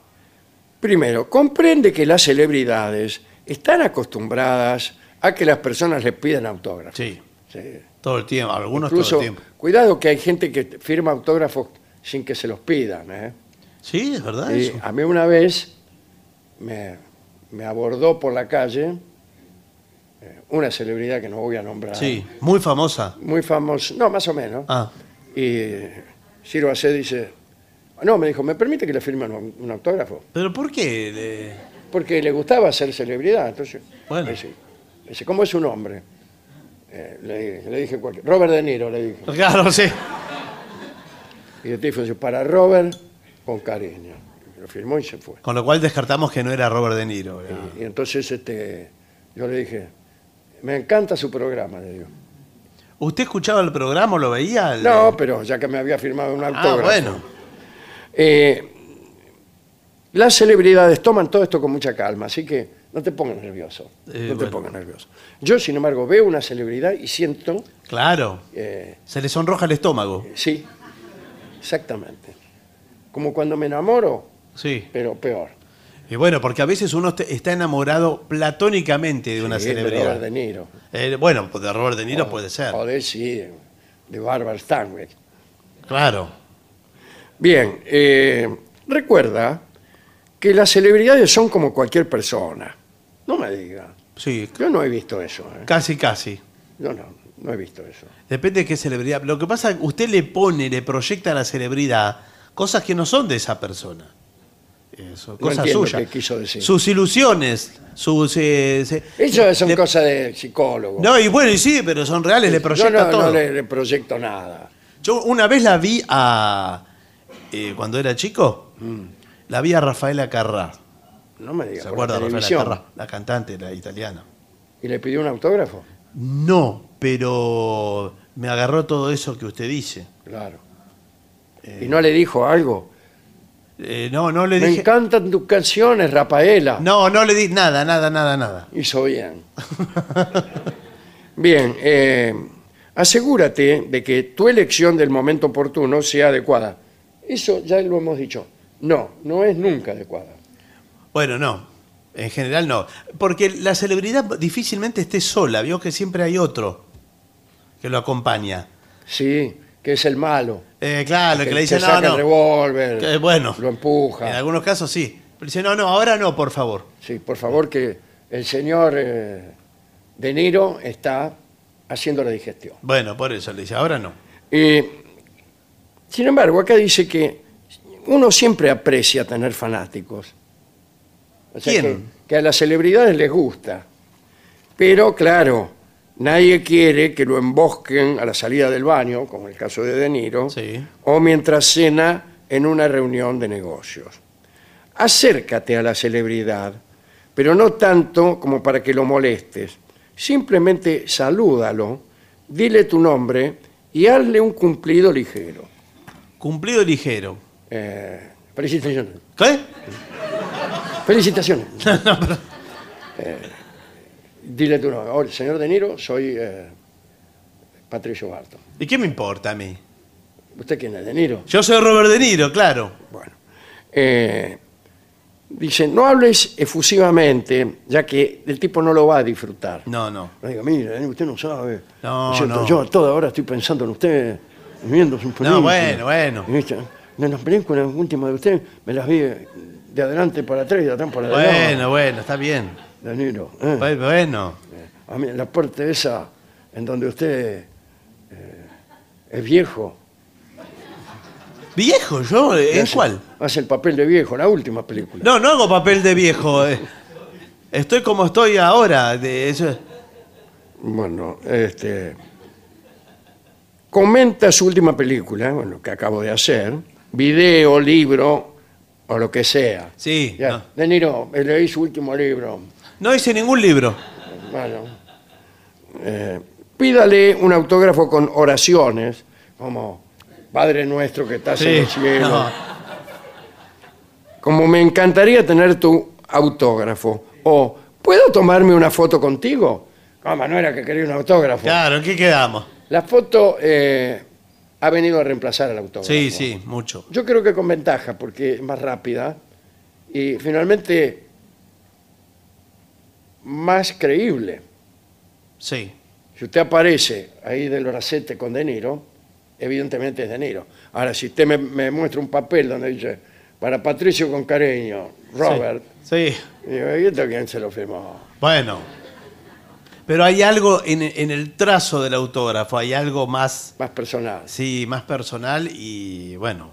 primero, comprende que las celebridades están acostumbradas a que las personas les pidan autógrafos.
Sí,
Sí.
todo el tiempo, algunos
Incluso,
todo el tiempo.
cuidado que hay gente que firma autógrafos sin que se los pidan. ¿eh?
Sí, es verdad
Y
Ah, eso.
a mí una vez me, me abordó por la calle eh, una celebridad que no voy a nombrar.
Sí, muy famosa.
Muy famosa, no, más o menos.
Ah,
Y Ciro Acé dice, no, me dijo, ¿me permite que le firme un, un autógrafo?
pero ¿por qué? le-
Porque le gustaba ser celebridad. Entonces,
Bueno.
le dice, le dice, ¿cómo es su nombre? Eh, le, le dije, cualquier- Robert De Niro, le dije.
Claro, sí.
Y el tipo dice, para Robert, con cariño. Lo firmó y se fue.
Con lo cual descartamos que no era Robert De Niro. eh. era-
Y entonces este, yo le dije, me encanta su programa, le digo.
¿Usted escuchaba el programa o lo veía? El-
No, pero ya que me había firmado un
Ah,
autógrafo.
bueno.
Eh, las celebridades toman todo esto con mucha calma, así que no te pongas nervioso.
Eh,
no te
bueno.
pongas nervioso. Yo, sin embargo, veo una celebridad y siento,
Claro.
eh,
Se le sonroja el estómago.
sí, exactamente. Como cuando me enamoro,
Sí.
pero peor.
Y bueno, porque a veces uno te- está enamorado platónicamente de una
Sí, de Robert
celebridad.
De Niro.
Eh, bueno, pues de Robert De Niro puede ser.
O de, sí, de Barbara Stanwyck.
Claro.
Bien, eh, recuerda que las celebridades son como cualquier persona. No me diga.
Sí,
Yo no he visto eso. ¿eh?
casi, casi.
Yo no, no he visto eso.
Depende de qué celebridad. Lo que pasa es que usted le pone, le proyecta a la celebridad cosas que no son de esa persona. Eso, cosas
entiendo
suyas.
qué quiso decir.
Sus ilusiones. Sus, eh, se-
Eso son
le-
cosas de psicólogo.
No, y bueno, y sí, pero son reales, le
Yo
proyecta
no, no
todo.
le, le proyecto nada.
Yo una vez la vi a. eh, cuando era chico, la vi a Rafaela Carrá.
No me digas.
¿Se
Mm. por
acuerda
la
de Rafaela
televisión.
Carrá? La cantante, la italiana.
¿Y le pidió un autógrafo?
No, pero me agarró todo eso que usted dice.
Claro. ¿Y no le dijo algo?
Eh, no, no Eh. le
me
dije.
encantan tus canciones, Rafaela.
No, no le di nada, nada, nada, nada.
Hizo bien. bien, eh, asegúrate de que tu elección del momento oportuno sea adecuada. Eso ya lo hemos dicho. No, no es nunca adecuada.
Bueno, no. En general no. Porque la celebridad difícilmente esté sola. Vio que siempre hay otro que lo acompaña.
Sí, que es el malo.
Eh, claro, que, le
dice
dice
saca
no,
el
no.
revólver,
Que, bueno.
lo empuja.
En algunos casos sí. Pero dice, no, no, ahora no, por favor.
Sí, por favor, que el señor eh, De Niro está haciendo la digestión.
Bueno, por eso le dice, ahora no.
Eh, sin embargo, acá dice que uno siempre aprecia tener fanáticos. O sea,
¿Quién?
Que, que a las celebridades les gusta. Pero, claro, nadie quiere que lo embosquen a la salida del baño, como en el caso de De Niro,
Sí.
o mientras cena en una reunión de negocios. Acércate a la celebridad, pero no tanto como para que lo molestes. Simplemente salúdalo, dile tu nombre y hazle un cumplido ligero.
Cumplido ligero.
Eh, felicitaciones.
¿Qué?
Felicitaciones. Eh, dile tu nombre. Hola, señor De Niro, soy eh, Patricio Barton.
¿Y qué me importa a mí?
¿Usted quién es? De Niro.
Yo soy Robert De Niro, claro.
Bueno, eh, dice, no hables efusivamente, ya que el tipo no lo va a disfrutar.
No, no.
No diga, mire, eh, usted no sabe.
No,
Es cierto,
no.
Yo a toda hora estoy pensando en usted, viendo su película.
No, bueno, bueno.
Y viste, En las películas últimas de usted me las vi de adelante para atrás y de atrás para adelante.
Bueno, bueno, está bien.
De Niro, eh.
Bu- Bueno.
A mí, la parte esa en donde usted eh, es viejo.
¿Viejo yo? ¿eh? ¿En
hace-
cuál?
Hace el papel de viejo, la última película.
No, no hago papel de viejo. eh. Estoy como estoy ahora. De eso.
Bueno, este. Comenta su última película, bueno, que acabo de hacer, video, libro o lo que sea.
Sí.
Ya,
No.
De Niro, eh, leí su último libro.
No hice ningún libro.
Bueno. Eh, pídale un autógrafo con oraciones, como Padre nuestro que estás en el cielo.
no.
Como me encantaría tener tu autógrafo. O, ¿puedo tomarme una foto contigo? Como no era que quería un autógrafo.
Claro, ¿en qué quedamos?
La foto eh, ha venido a reemplazar al autógrafo.
Sí, sí, mucho.
Yo creo que con ventaja, porque es más rápida y finalmente más creíble.
Sí.
Si usted aparece ahí del Horacete con De Niro, evidentemente es De Niro. Ahora, si usted me, me muestra un papel donde dice, para Patricio con cariño, Robert,
Sí. sí.
digo, ¿y esto quién se lo firmó?
Bueno. Pero hay algo en, en el trazo del autógrafo, hay algo más,
Más personal.
sí, más personal y bueno,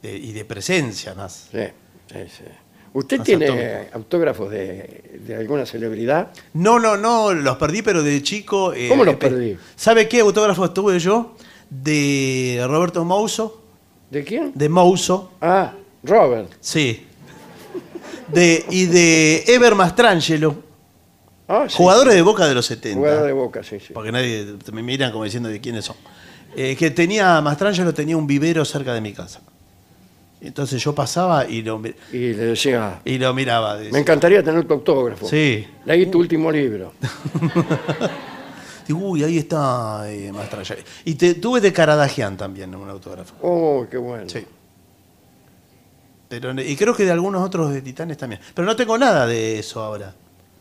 de- y de presencia más.
Sí, sí, sí. ¿Usted
Más
tiene
atómico.
autógrafos de, de alguna celebridad?
No, no, no, los perdí, pero de chico. eh,
¿Cómo los
pe-
perdí?
¿Sabe qué autógrafo tuve yo? De Roberto Mouso.
¿De quién?
De Mouso,
Ah, Robert.
sí. De, y de Ever Mastrangelo.
Ah, sí.
Jugadores de Boca de los 70.
Jugador de boca, sí, sí.
Porque nadie me miran como diciendo de quiénes son. Eh, que tenía, Mastrangelo tenía un vivero cerca de mi casa. Entonces yo pasaba y lo, mi-
Y le decía,
y lo miraba.
me encantaría tener tu autógrafo.
Sí.
Leí tu último libro.
Digo, uy, ahí está eh, Mastrangelo. Y te, tuve de Caradagian también un autógrafo.
Oh, qué bueno.
Sí. Pero, y creo que de algunos otros de Titanes también. Pero no tengo nada de eso ahora.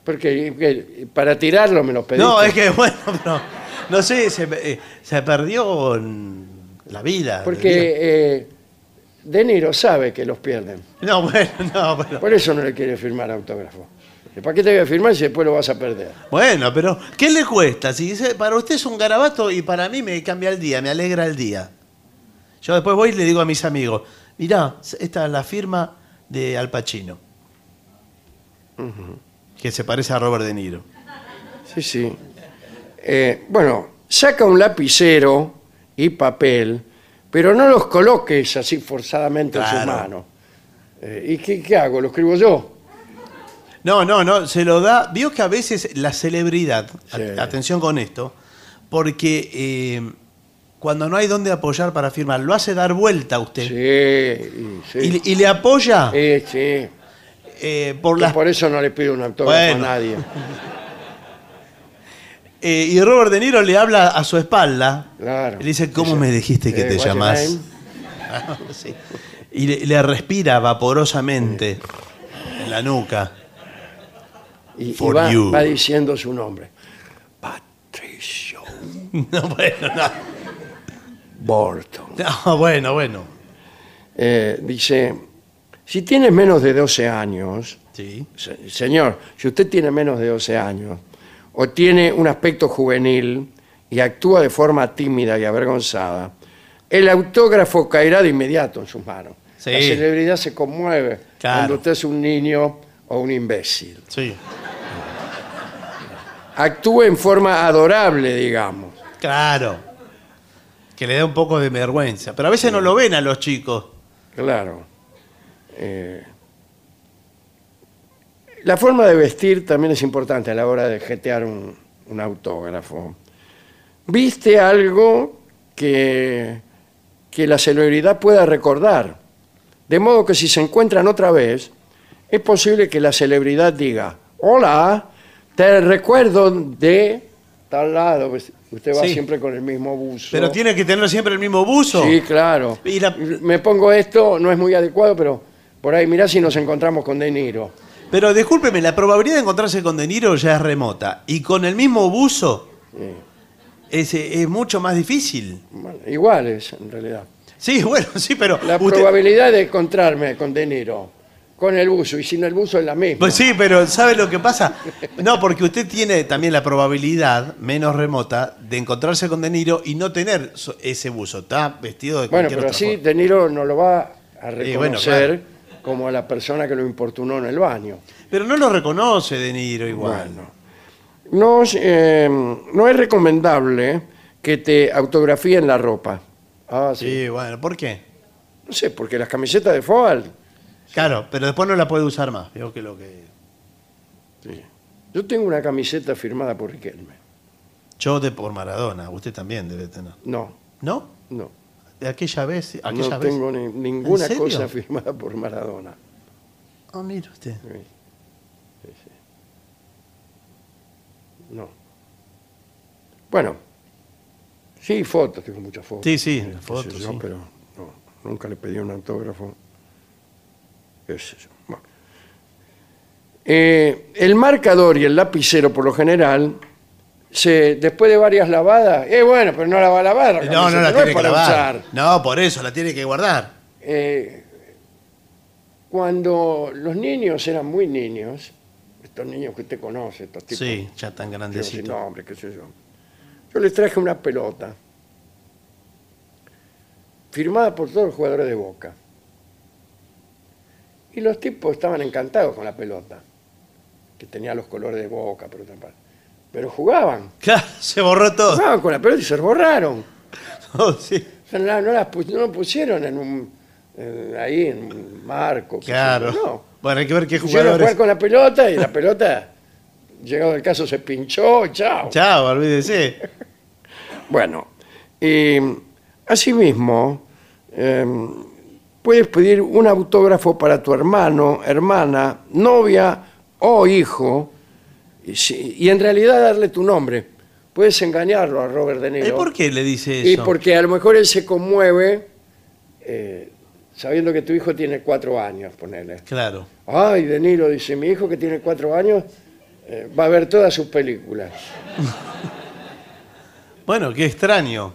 Porque que- para tirarlo me lo pediste.
No, es que bueno, pero no sé, se, me- eh, se perdió en la vida.
Porque eh, De Niro sabe que los pierden.
No, bueno, no, bueno.
Por eso no le quiere firmar autógrafo. ¿Para qué te voy a firmar si después lo vas a perder?
Bueno, pero ¿qué le cuesta? Si dice, para usted es un garabato y para mí me cambia el día, me alegra el día. Yo después voy y le digo a mis amigos, mirá, esta es la firma de Al Pacino. Que se parece a Robert De Niro.
Sí, sí. Eh, bueno, saca un lapicero y papel Pero no los coloques así forzadamente en
Claro.
sus manos. Eh, ¿Y qué, qué hago? ¿Lo escribo yo?
No, no, no, se lo da. Vio que a veces la celebridad,
Sí.
a- atención con esto, porque eh, cuando no hay dónde apoyar para firmar, lo hace dar vuelta a usted.
Sí, y sí.
Y, y le apoya
Eh, sí.
eh, por
Yo
las.
Por eso no le pido un autógrafo
Bueno.
a nadie.
eh, y Robert De Niro le habla a su espalda.
Claro.
Le dice, ¿cómo me dijiste que
Eh,
te
what's your
llamás?
name?
Sí. Y le, le respira vaporosamente en la nuca.
Y, y
For
va,
you.
va diciendo su nombre. Patricio
No, bueno, no.
Borton.
No, bueno, bueno.
Eh, dice, si tienes menos de 12 años,
Sí.
se- señor, si usted tiene menos de 12 años o tiene un aspecto juvenil y actúa de forma tímida y avergonzada, el autógrafo caerá de inmediato en sus manos.
Sí.
La celebridad se conmueve
Claro.
cuando usted es un niño o un imbécil.
Sí.
Actúe en forma adorable, digamos.
Claro. Que le da un poco de vergüenza. Pero a veces no lo ven a los chicos.
Claro. Eh, la forma de vestir también es importante a la hora de jetear un, un autógrafo. Viste algo que, que la celebridad pueda recordar. De modo que si se encuentran otra vez, es posible que la celebridad diga, hola, te recuerdo de tal lado. pues Usted va
Sí.
siempre con el mismo buzo.
Pero tiene que tener siempre el mismo buzo.
Sí, claro.
Y la-
Me pongo esto, no es muy adecuado, pero por ahí mirá si nos encontramos con De Niro.
Pero discúlpeme, la probabilidad de encontrarse con De Niro ya es remota. Y con el mismo buzo es, es mucho más difícil.
Bueno, iguales, en realidad.
Sí, bueno, sí, pero.
La
usted-
probabilidad de encontrarme con De Niro, con el buzo y sin el buzo es la misma.
Pues sí, pero ¿sabe lo que pasa? No, porque usted tiene también la probabilidad menos remota de encontrarse con De Niro y no tener so- ese buzo. Está vestido de
bueno,
cualquier
pero
otra
así
forma.
De Niro no lo va a reconocer
Eh, bueno,
como a la persona que lo importunó en el baño.
Pero no lo reconoce De Niro igual.
Bueno. No, es, eh, no es recomendable que te autografíen la ropa. Ah, sí.
Sí, bueno, ¿por qué?
No sé, porque las camisetas de Foal
Claro, pero después no la puede usar más. Veo que lo que.
Yo tengo una camiseta firmada por Riquelme.
Yo de por Maradona, usted también debe tener.
No,
¿No?
no.
De aquella vez, sí, aquella
No
vez.
tengo ni-
¿En
ninguna
serio?
cosa firmada por Maradona.
Ah, mire usted.
Sí, sí, sí. No. Bueno, sí, fotos, tengo muchas fotos.
Sí, sí,
qué sé
fotos,
yo,
sí.
Pero no, nunca le pedí un autógrafo. Qué sé yo. Bueno. Eh, el marcador y el lapicero, por lo general, se, después de varias lavadas, eh, bueno, pero no la va a lavar. la
No, no
camiseta,
la
es
tiene que
para
lavar.
usar.
No, por eso, la tiene que guardar.
Eh, cuando los niños eran muy niños, estos niños que usted conoce, estos tipos
sí, ya tan
que sin
grandecito.
nombre, qué sé yo, yo les traje una pelota firmada por todos los jugadores de Boca. Y los tipos estaban encantados con la pelota, que tenía los colores de Boca, por otra parte. Pero jugaban,
Claro, se borró todo.
jugaban con la pelota y se borraron.
Oh, sí.
O sea, no, no las pu- no lo pusieron en un eh, ahí en un marco. qué sé yo,
Claro.
No.
Bueno, hay que ver qué
Pusieron a
jugadores.
jugar con la pelota y la pelota, llegado el caso, se pinchó y chao.
Chao, olvídese.
Bueno, y, asimismo, eh, puedes pedir un autógrafo para tu hermano, hermana, novia o hijo, y, si- y en realidad darle tu nombre. Puedes engañarlo a Robert De Niro.
¿Y por qué le dice
Y
eso?
porque a lo mejor él se conmueve eh, sabiendo que tu hijo tiene cuatro años, ponele.
Claro.
Ay, De Niro dice, mi hijo que tiene cuatro años eh, va a ver todas sus películas.
Bueno, qué extraño.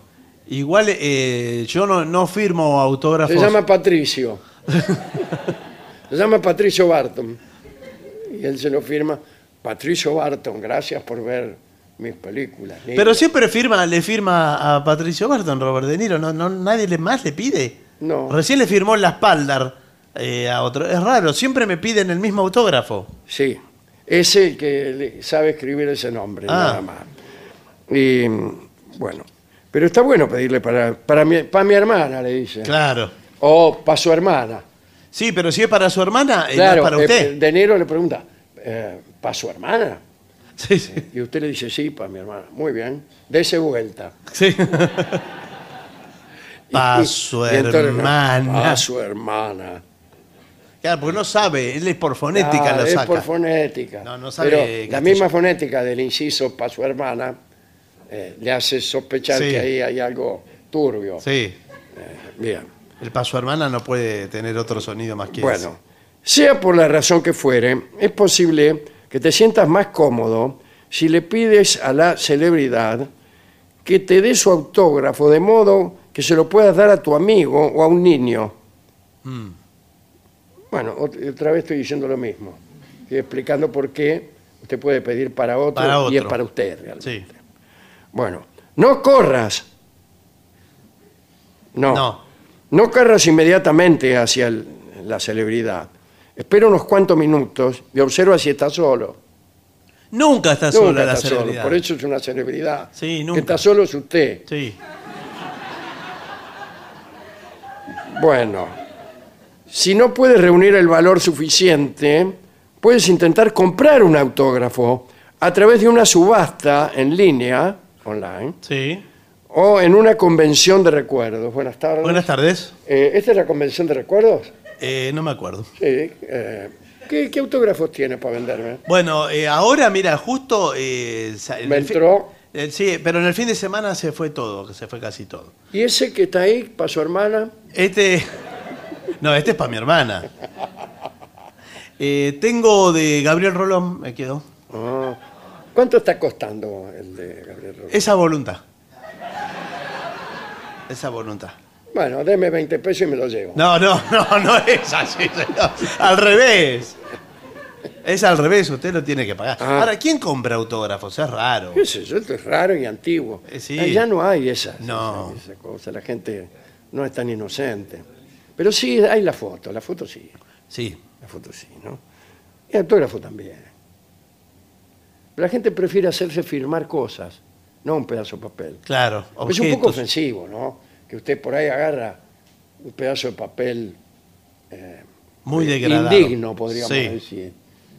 Igual eh, yo no, no firmo
Se
autógrafos.
llama Patricio. se llama Patricio Barton. Y él se lo firma, Patricio Barton, gracias por ver mis películas. niño".
Pero siempre firma, le firma a Patricio Barton, Robert De Niro. No, no, nadie le más le pide.
No.
Recién le firmó en la espalda eh, a otro. Es raro, siempre me piden el mismo autógrafo.
Sí, es el que le- sabe escribir ese nombre, nada
Ah.
más. Y bueno, Pero está bueno pedirle para, para, mi, para mi hermana, le dice.
Claro.
O para su hermana.
Sí, pero si es para su hermana, eh, no
Claro,
es para
eh,
usted.
de enero le pregunta, eh, ¿para su hermana?
Sí, sí.
Y usted le dice, sí, para mi hermana. Muy bien, dese vuelta.
sí.
Y-
Pa'
y-
su
y entonces,
hermana.
Pa' su hermana.
Claro, porque no sabe, él es por fonética
Ah,
lo
es
saca.
por fonética.
No, no sabe
Pero la
castellano.
misma fonética del inciso para su hermana eh, le hace sospechar
Sí.
que ahí hay algo turbio.
Sí.
Bien.
El pa' su hermana no puede tener otro sonido más que ese.
Bueno, sea por la razón que fuere, es posible que te sientas más cómodo si le pides a la celebridad que te dé su autógrafo de modo que se lo puedas dar a tu amigo o a un niño.
Mm.
Bueno, ot- otra vez estoy diciendo lo mismo. Estoy explicando por qué usted puede pedir para otro,
Para
y es
otro.
para usted realmente.
Sí.
Bueno, no corras. No.
No.
No, corras inmediatamente hacia el- la celebridad. Espera unos cuantos minutos y observa si está solo.
Nunca está
Nunca
sola la
está solo,
celebridad.
por eso es una celebridad.
Sí,
El
nunca.
Que está solo es usted.
Sí.
Bueno, si no puedes reunir el valor suficiente, puedes intentar comprar un autógrafo a través de una subasta en línea, online,
Sí.
o en una convención de recuerdos. Buenas tardes.
Buenas tardes.
Eh, ¿Esta es la convención de recuerdos?
Eh, no me acuerdo.
Sí, eh, ¿qué, qué autógrafos tiene para venderme?
Bueno, eh, ahora mira, justo... eh, sa- en
Me
el fi-
entró.
eh, sí, pero en el fin de semana se fue todo, se fue casi todo.
¿Y ese que está ahí para su hermana?
Este... No, este es para mi hermana. Eh, tengo de Gabriel Rolón, me quedo.
Ah, ¿Cuánto está costando el de Gabriel Rodríguez?
Esa voluntad. Esa voluntad.
Bueno, deme 20 pesos y me lo llevo.
No, no, no, no es así, señor. Al revés. Es al revés, usted lo tiene que pagar.
Ah.
Ahora, ¿quién compra autógrafos? Es raro.
¿Qué es eso? Esto es raro y antiguo.
Eh, sí.
Ah, Ya no hay esas,
No.
esas- esas cosas. La gente no es tan inocente. Pero sí, hay la foto, la foto sí.
Sí.
La foto sí, ¿no? Y autógrafo también. Pero la gente prefiere hacerse firmar cosas, no un pedazo de papel.
Claro.
Es un poco
objetos.
ofensivo, ¿no? Que usted por ahí agarra un pedazo de papel
Muy degradado.
eh, indigno, podríamos
sí,
decir,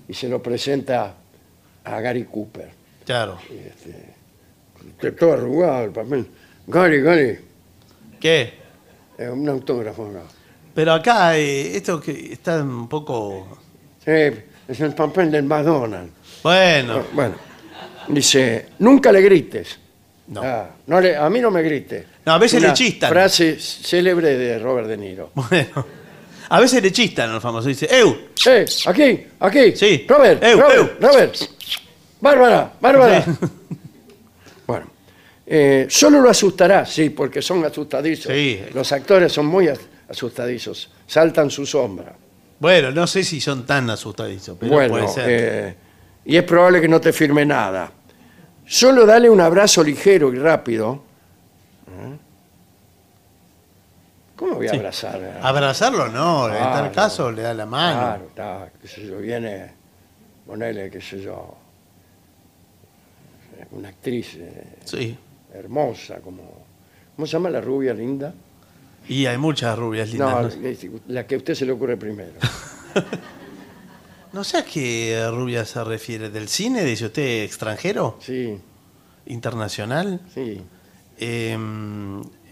y se lo presenta a Gary Cooper.
Claro.
Que todo arrugado el papel. Gary, Gary,
¿Qué?
eh, un autógrafo. ¿no?
Pero acá eh, esto que está un poco.
Sí, es el papel del McDonald's.
Bueno.
Bueno, dice, nunca le grites.
No.
Ah, no le- a mí no me grites.
No, a veces
Una
le chistan.
Frase célebre de Robert De Niro.
Bueno. A veces le chistan al famoso. Dice, ¡Eu!
Eh, aquí, aquí.
Sí.
Robert,
Eu,
Robert, Robert. Bárbara, Bárbara. Bueno, eh, solo lo asustará, sí, porque son asustadizos.
Sí.
Los actores son muy as- asustadizos. Saltan su sombra.
Bueno, no sé si son tan asustadizos, pero
bueno,
puede ser.
eh, y es probable que no te firme nada. Solo dale un abrazo ligero y rápido. ¿Eh? ¿Cómo voy a abrazar?
Abrazarlo no, en
Claro.
tal caso le da la mano.
Claro, está, qué sé yo, viene, ponele, qué sé yo, una actriz eh,
Sí.
hermosa, como, ¿cómo se llama la rubia linda?
Y hay muchas rubias lindas.
no, eh.
No,
es- la que a usted se le ocurre primero.
No sé a qué rubia se refiere. ¿Del cine? Dice usted, extranjero,
Sí,
internacional.
sí,
Eh,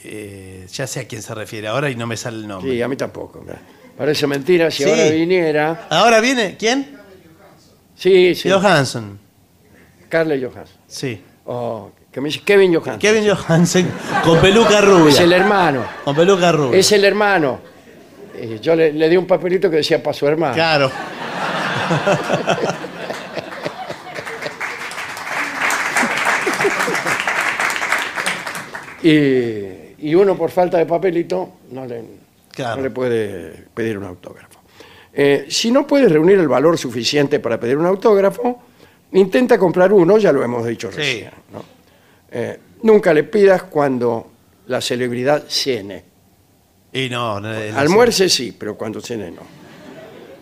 eh, ya sé a quién se refiere ahora y no me sale el nombre.
sí, a mí tampoco. me- Parece mentira si
Sí.
ahora viniera.
Ahora viene, ¿quién?
Sí, sí,
Johansson.
Carla Johansson.
Sí.
Oh, que me dice Kevin Johansson.
Kevin Johansen con peluca rubia.
Es el hermano,
Con peluca rubia.
es el hermano. Eh, yo le, le di un papelito que decía para su hermano.
Claro.
Y, y uno por falta de papelito no le,
Claro.
no le puede pedir un autógrafo. Eh, si no puedes reunir el valor suficiente para pedir un autógrafo, intenta comprar uno, ya lo hemos dicho recién. ¿no? Eh, nunca le pidas cuando la celebridad cene.
Y no, no, el-
Almuerce sí, pero cuando cene no.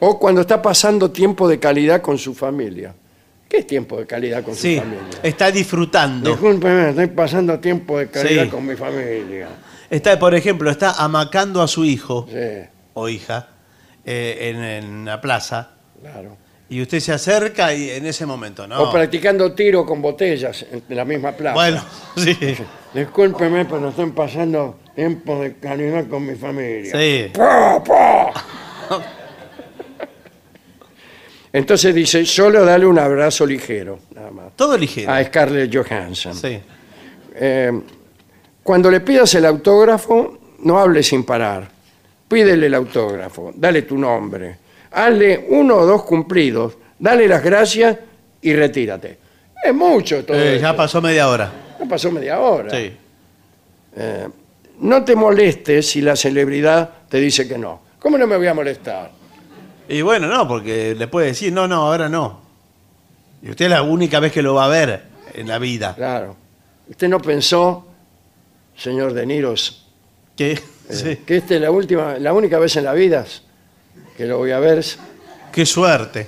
O cuando está pasando tiempo de calidad con su familia. ¿Qué es tiempo de calidad con
Sí, Eh,
su familia?
está disfrutando.
Discúlpeme, estoy pasando tiempo de calidad
Sí.
con mi familia.
Está, por ejemplo, está amacando a su hijo
Sí,
o hija eh, en, en la plaza
claro.
y usted se acerca y en ese momento, ¿no?
O practicando tiro con botellas en la misma plaza.
Bueno, sí.
Discúlpeme, pero estoy pasando tiempo de calidad con mi familia.
Sí.
¡Pah, pah! Entonces dice, solo dale un abrazo ligero, nada más.
Todo ligero.
A Scarlett Johansson.
Sí.
Eh, cuando le pidas el autógrafo, no hables sin parar. Pídele el autógrafo, dale tu nombre, hazle uno o dos cumplidos, dale las gracias y retírate. Es mucho todo.
Eh, ya
esto.
pasó media hora.
Ya pasó media hora.
Sí.
No te molestes si la celebridad te dice que no. ¿Cómo no me voy a molestar?
Y bueno, no, porque le puede decir, no, no, ahora no. Y usted es la única vez que lo va a ver en la vida.
Claro. ¿Usted no pensó, señor De Niros,
Que,
eh,
sí.
que esta es la última, la única vez en la vida que lo voy a ver?
Qué suerte.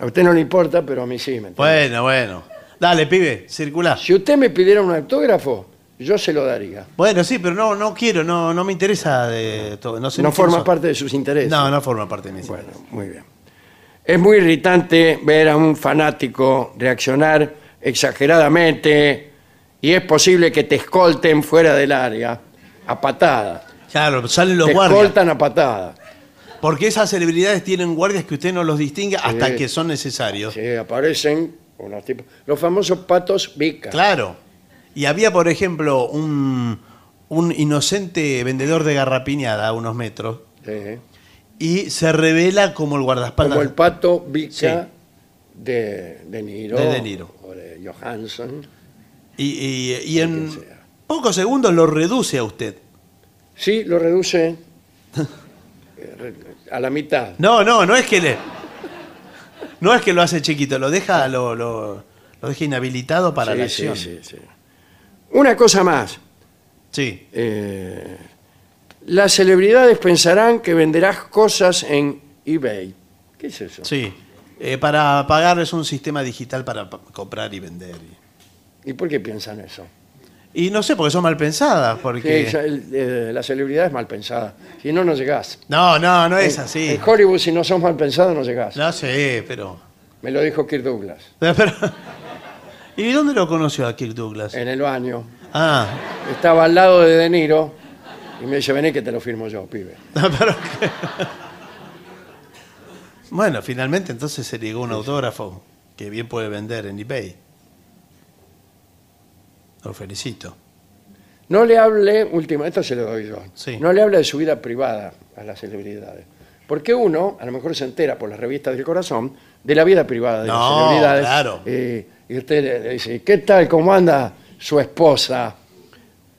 A usted no le importa, pero a mí sí me interesa.
Bueno, bueno. Dale, pibe, circulá.
Si usted me pidiera un autógrafo, yo se lo daría.
Bueno, sí, pero no, no quiero, no, no me interesa de todo. No, sé
No
ni quién
forma
sos.
parte de sus intereses.
No, no forma parte de mí.
Bueno, muy bien. Es muy irritante ver a un fanático reaccionar exageradamente y es posible que te escolten fuera del área a patadas.
Claro, salen los
Te
guardias.
escoltan a patadas.
Porque esas celebridades tienen guardias que usted no los distingue hasta
Sí.
que son necesarios.
Sí, aparecen unos tipos. Los famosos patos bica.
Claro. Y había, por ejemplo, un, un inocente vendedor de garrapiñada a unos metros
Sí.
y se revela como el guardaespaldas.
Como el pato bica
Sí.
de De Niro.
De De Niro.
O de Johansson.
y, y- y en
quien sea.
pocos segundos lo reduce a usted.
Sí, lo reduce eh, re- a la mitad.
No, no, no es que le. No es que lo hace chiquito, lo deja, lo, lo, lo deja inhabilitado para
Sí,
la
sí,
acción.
sí, sí. Una cosa más.
Sí.
eh, las celebridades pensarán que venderás cosas en eBay. ¿Qué es eso?
Sí. Eh, para pagar es un sistema digital para pa- comprar y vender.
¿Y por qué piensan eso?
Y no sé, porque son mal pensadas,
Que
porque...
ya el- eh, la celebridad es mal pensada. Si no, no llegás.
No, no, no es
En-
así.
En Hollywood, si no sos mal pensado, no llegás.
Ah, No sé, pero...
Me lo dijo Kirk Douglas.
pero- ¿Y dónde lo conoció a Kirk Douglas?
En el baño.
Ah,
Estaba al lado de De Niro y me dice, vení que te lo firmo yo, pibe.
no, pero... bueno, finalmente entonces se llegó un autógrafo que bien puede vender en eBay. Lo felicito.
No le hable, última, esto se lo doy yo.
Sí.
No le hable de su vida privada a las celebridades. Porque uno, a lo mejor se entera por las revistas del corazón, de la vida privada de
No,
las celebridades.
claro.
Eh, y usted le, le dice, ¿qué tal? ¿Cómo anda su esposa?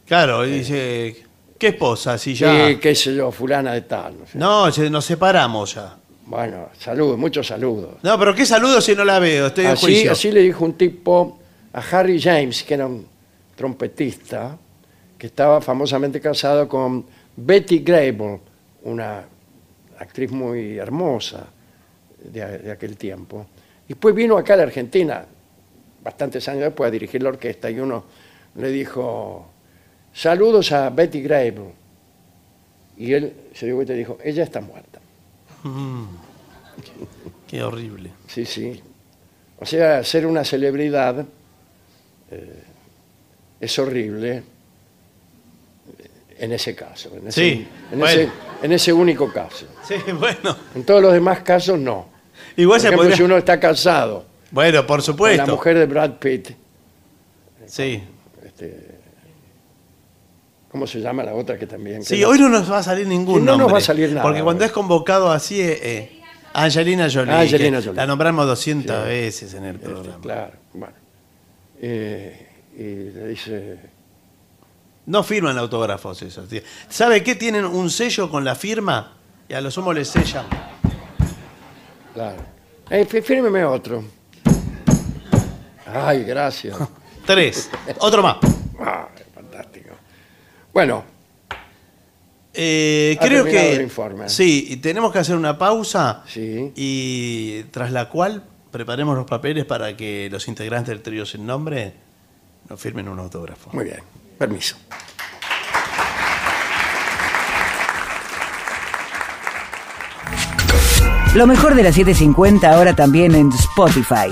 Claro,
Eh.
dice... ¿Qué esposa? Si ya...
Y Eh, qué sé yo, fulana de tal. no sé.
No, se- nos separamos ya.
Bueno, saludos, muchos saludos.
No, pero qué saludo si no la veo, estoy en
Así,
juicio.
así le dijo un tipo a Harry James, que era un trompetista, que estaba famosamente casado con Betty Grable, una actriz muy hermosa de, a- de aquel tiempo. Y después vino acá a la Argentina, bastantes años después, a dirigir la orquesta, y uno le dijo, saludos a Betty Grable. Y él se dio vuelta y dijo, ella está muerta.
Qué horrible.
Sí, sí. O sea, ser una celebridad eh, es horrible eh, en ese caso. En ese,
Sí,
en,
bueno.
ese, en ese único caso.
Sí, bueno.
En todos los demás casos, no. Por
Igual Pues se
ejemplo,
podría...
si uno está casado
Bueno,
con
por
la
supuesto.
mujer de Brad Pitt,
Sí.
este, ¿cómo se llama la otra que también? que
Sí,
no-
hoy no nos va a salir ningún
No nos
nombre,
va a salir nada,
Porque cuando
hoy.
es convocado así, eh, eh, Angelina Jolie.
Ah, Angelina
que
Jolie.
La nombramos 200
Sí.
veces en el
Este,
programa.
claro, bueno. Eh, y le dice,
No firman autógrafos esos. tío. ¿Sabe qué? Tienen un sello con la firma y a los sumo les sellan.
claro, eh, fí- fírmeme otro. Ay, gracias.
Tres. Otro más.
Ah, fantástico. Bueno,
Eh,
Ha
creo
terminado
que.
el informe.
Sí, y tenemos que hacer una pausa.
Sí.
Y tras la cual preparemos los papeles para que los integrantes del trío sin nombre nos firmen un autógrafo.
Muy bien, permiso.
Lo mejor de la 750 ahora también en Spotify.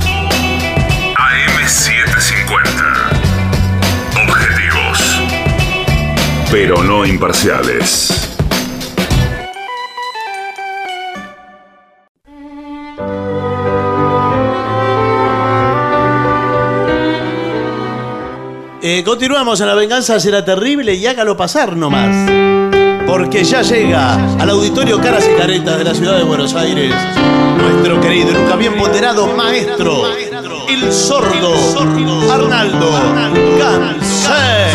AM750. Objetivos. Pero no imparciales.
Eh, continuamos en La Venganza Será Terrible y hágalo pasar nomás. Porque ya llega al auditorio Caras y Caretas de la ciudad de Buenos Aires nuestro querido y nunca bien ponderado maestro, el sordo Arnaldo Gansé.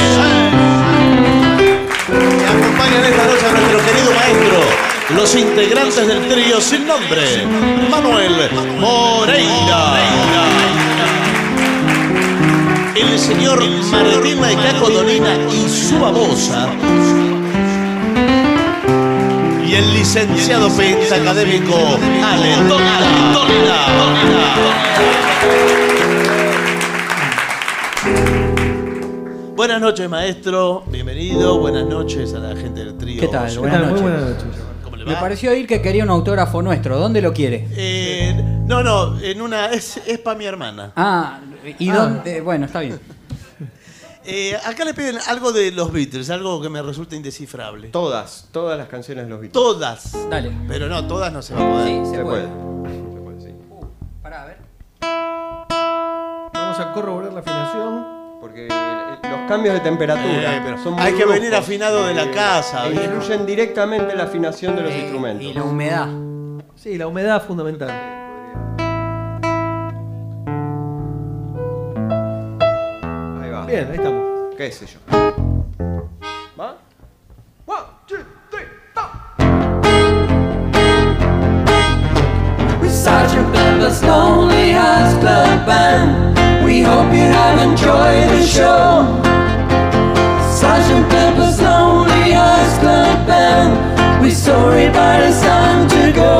Me acompañan esta noche a nuestro querido maestro, los integrantes del trío sin nombre, Manuel Moreira. El señor Martín Maicaco Dolina y su babosa. Y el licenciado pentacadémico Ale Donala. Buenas noches, maestro. Bienvenido. Buenas noches a la gente del trío.
¿Qué tal? Buenas
Muy
noches.
buenas noches.
¿Cómo le
Me
va?
pareció oír que quería un autógrafo nuestro. ¿Dónde lo quiere?
Eh, no, no, en una. Es, es para mi hermana.
Ah, ¿y
Ah.
dónde? Bueno, está bien.
Eh, acá le piden algo de los Beatles, algo que me resulta indescifrable.
Todas, todas las canciones de los Beatles.
Todas.
Dale.
Pero no, todas no se va a poder.
Sí, se
Se puede.
puede. Uh,
Se puede, sí.
Pará, a ver.
Vamos a corroborar la afinación porque el- el- los cambios de temperatura
Eh, pero
son muy
hay que
bruscos,
venir afinado de la casa,
e
¿viste?
influyen directamente en la afinación de los
Eh,
instrumentos.
Y la humedad.
Sí, la humedad fundamental. Ahí va. Bien, ahí estamos. ¿Qué sé yo? ¿Va? One, two, three, stop.
with Sergeant Pepper's Lonely Hearts Club Band. We hope you have enjoyed the show. Sergeant Pepper's Lonely Hearts Club Band. We're sorry, but it's time to go.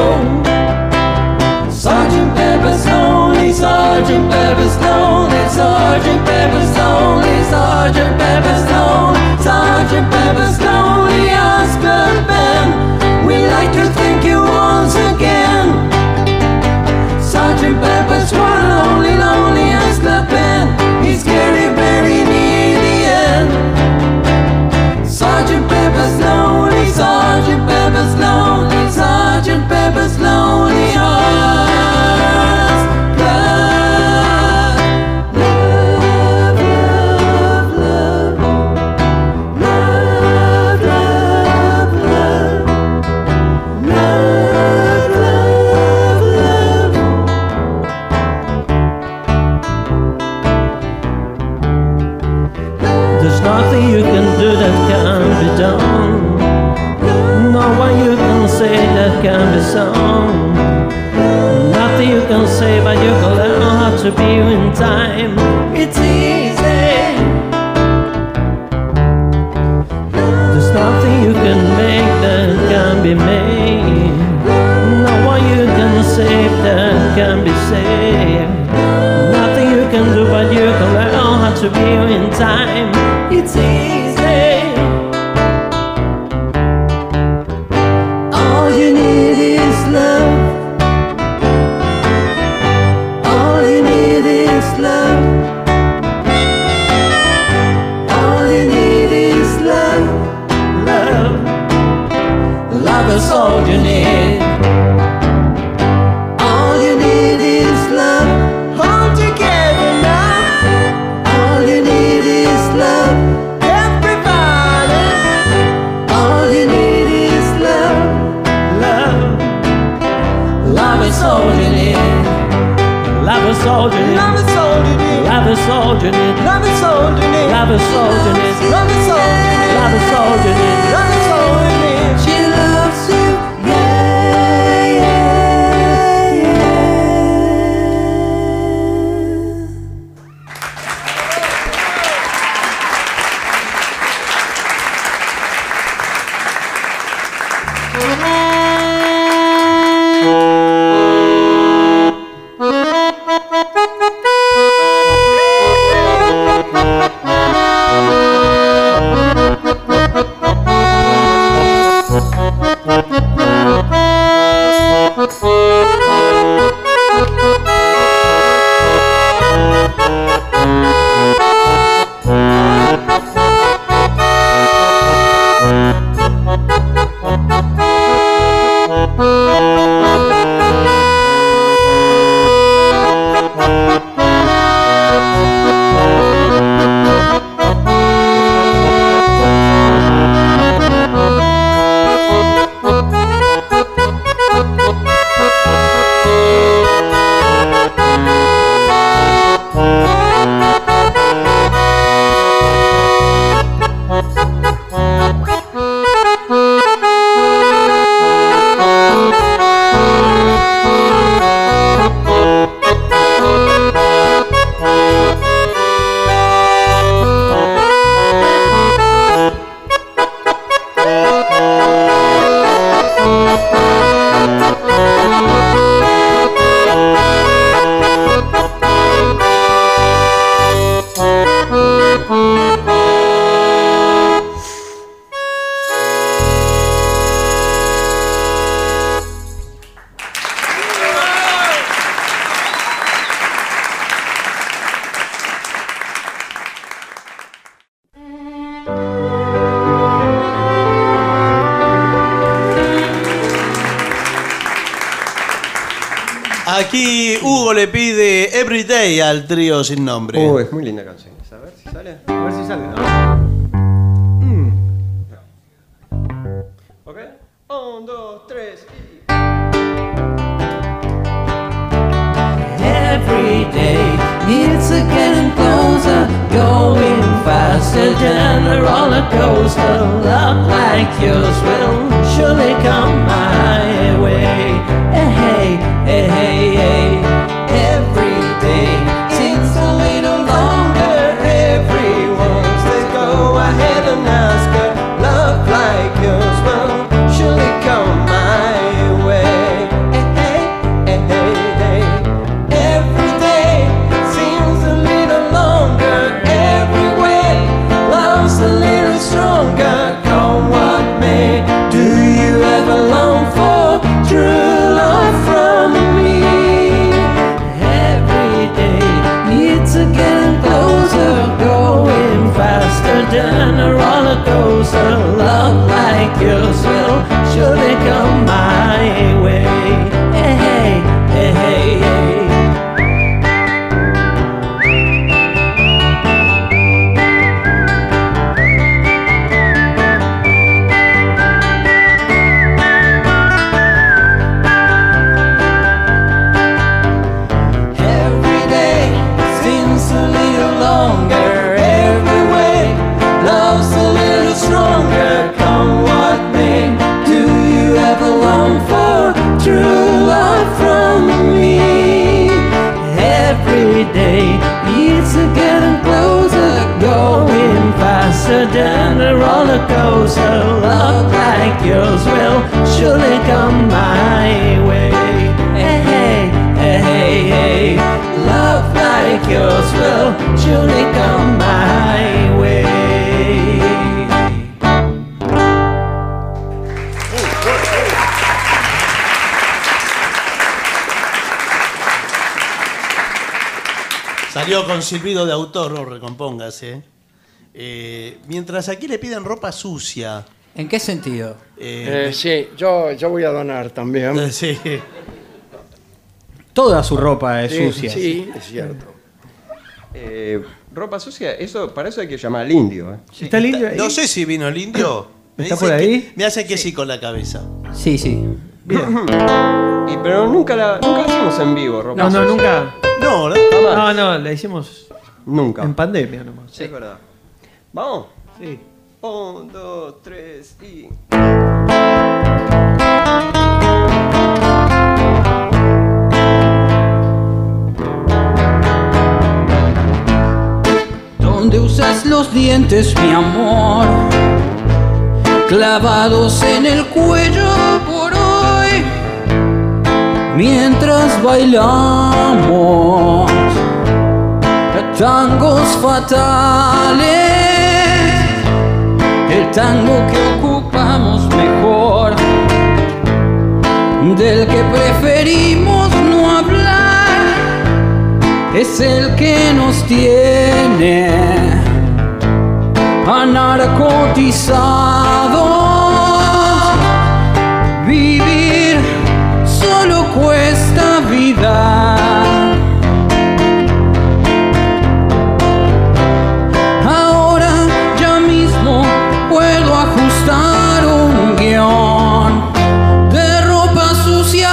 Sergeant Pepper's Lonely, Sergeant Pepper's Lonely, Sergeant Pepper's Lonely, Sergeant Pepper's Lonely, Sergeant Pepper's Lonely Hearts Club Band. We'd like to thank you once again. Sergeant Pepper's one lonely, lonely as the pen. He's getting very near the end. Sergeant Pepper's lonely, Sergeant Pepper's lonely, Sergeant Pepper's lonely hearts. Love, love, love, love, love, love, love, love, love, love, love.
There's nothing you can do that can be done. No one you can say that can be sung. Nothing you can say, but you can learn how to be in time. It's easy. There's nothing you can make that can be made. No one you can save that can be saved. Nothing you can do, but you can learn how to be in time. It's easy.
All you need is love. All you need is love. All you need is love. Love. Love is all you need. All you need is love. Hold together now. All you need is love. Everybody. All you need is love. Love. Love is all you
soldier need.
Love is soldier need.
Love is soldier need.
Love is soldier need.
Love is soldier need.
Love is soldier need. She loves you. Yeah, yeah,
Aquí Hugo le pide Everyday al trío sin nombre.
Uh, es muy linda canción. A ver si sale. A ver si sale. ¿Ok? Un, dos, tres y.
Every day it's a getting closer, going faster than a roller coaster. Love like yours will surely come my way. Eh, hey, eh, hey, hey. Every day seems a little longer. Everyone's to go ahead and ask her. Love like yours will surely come my way. Eh, hey, eh, hey, hey. eh. Every day seems a little longer. Every way love's a little stronger. Come what may, do you ever long for true love from me? Every day needs to getting closer, going faster than a roller coaster. Love like yours will surely come my way. Hey, hey, hey, hey, hey. Every day seems a little longer. Every way love's a little stronger. Come what may, do you ever long for true love from me? Every day it's a getting closer, going faster than a roller coaster. Love like yours will surely come my way. Hey, hey, hey, hey, hey. Love like yours will surely come my way.
Salió con silbido de autor, o recompóngase. Eh, mientras aquí le piden ropa sucia.
¿En qué sentido?
Eh, sí, yo, yo voy a donar también.
Sí.
Toda su ropa es sucia.
Sí, es cierto.
Eh, ropa sucia, eso, para eso hay que llamar al indio. ¿eh?
¿Está el indio ahí?
No sé si vino el indio. Me
¿Está
dice
por
que-
ahí?
me hace que sí con la cabeza.
Sí, sí.
Y, pero nunca la nunca hicimos en vivo, ropa
No,
sucia.
no, nunca.
No, ¿verdad?
Jamás.
No, no, la hicimos
Nunca.
En pandemia nomás.
Es verdad. ¿Vamos?
Sí.
Un, dos, tres y.
¿Dónde usas los dientes, mi amor? Clavados en el cuello por hoy, mientras bailamos tangos fatales, el tango que ocupamos mejor, del que preferimos no hablar es el que nos tiene anarcotizados. Vivir solo cuesta vida. Ahora ya mismo puedo ajustar un guión de ropa sucia.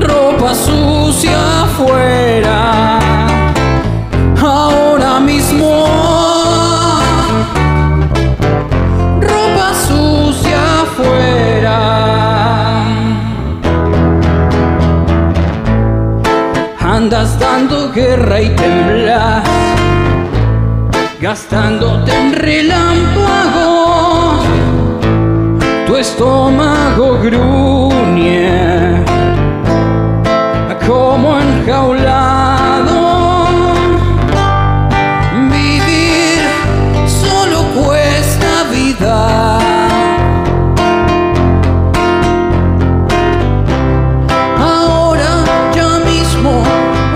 Ropa sucia afuera. Ahora mismo. Ropa sucia afuera. Andas dando guerra y temblas, gastándote en relámpagos. Tu estómago gruñe como enjaulado. Vivir solo cuesta vida. Ahora ya mismo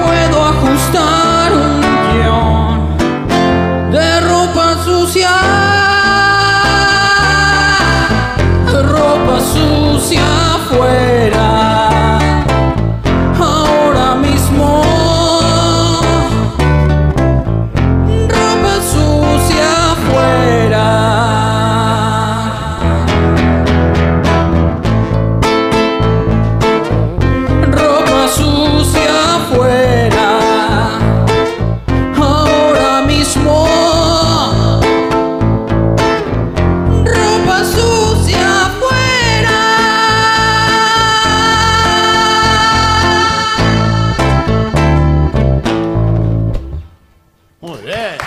puedo ajustar un guión de ropa sucia. Ropa sucia afuera. Ahora mismo. Ropa sucia afuera. ropa sucia afuera. Ahora mismo, ropa sucia afuera.
Muy bien.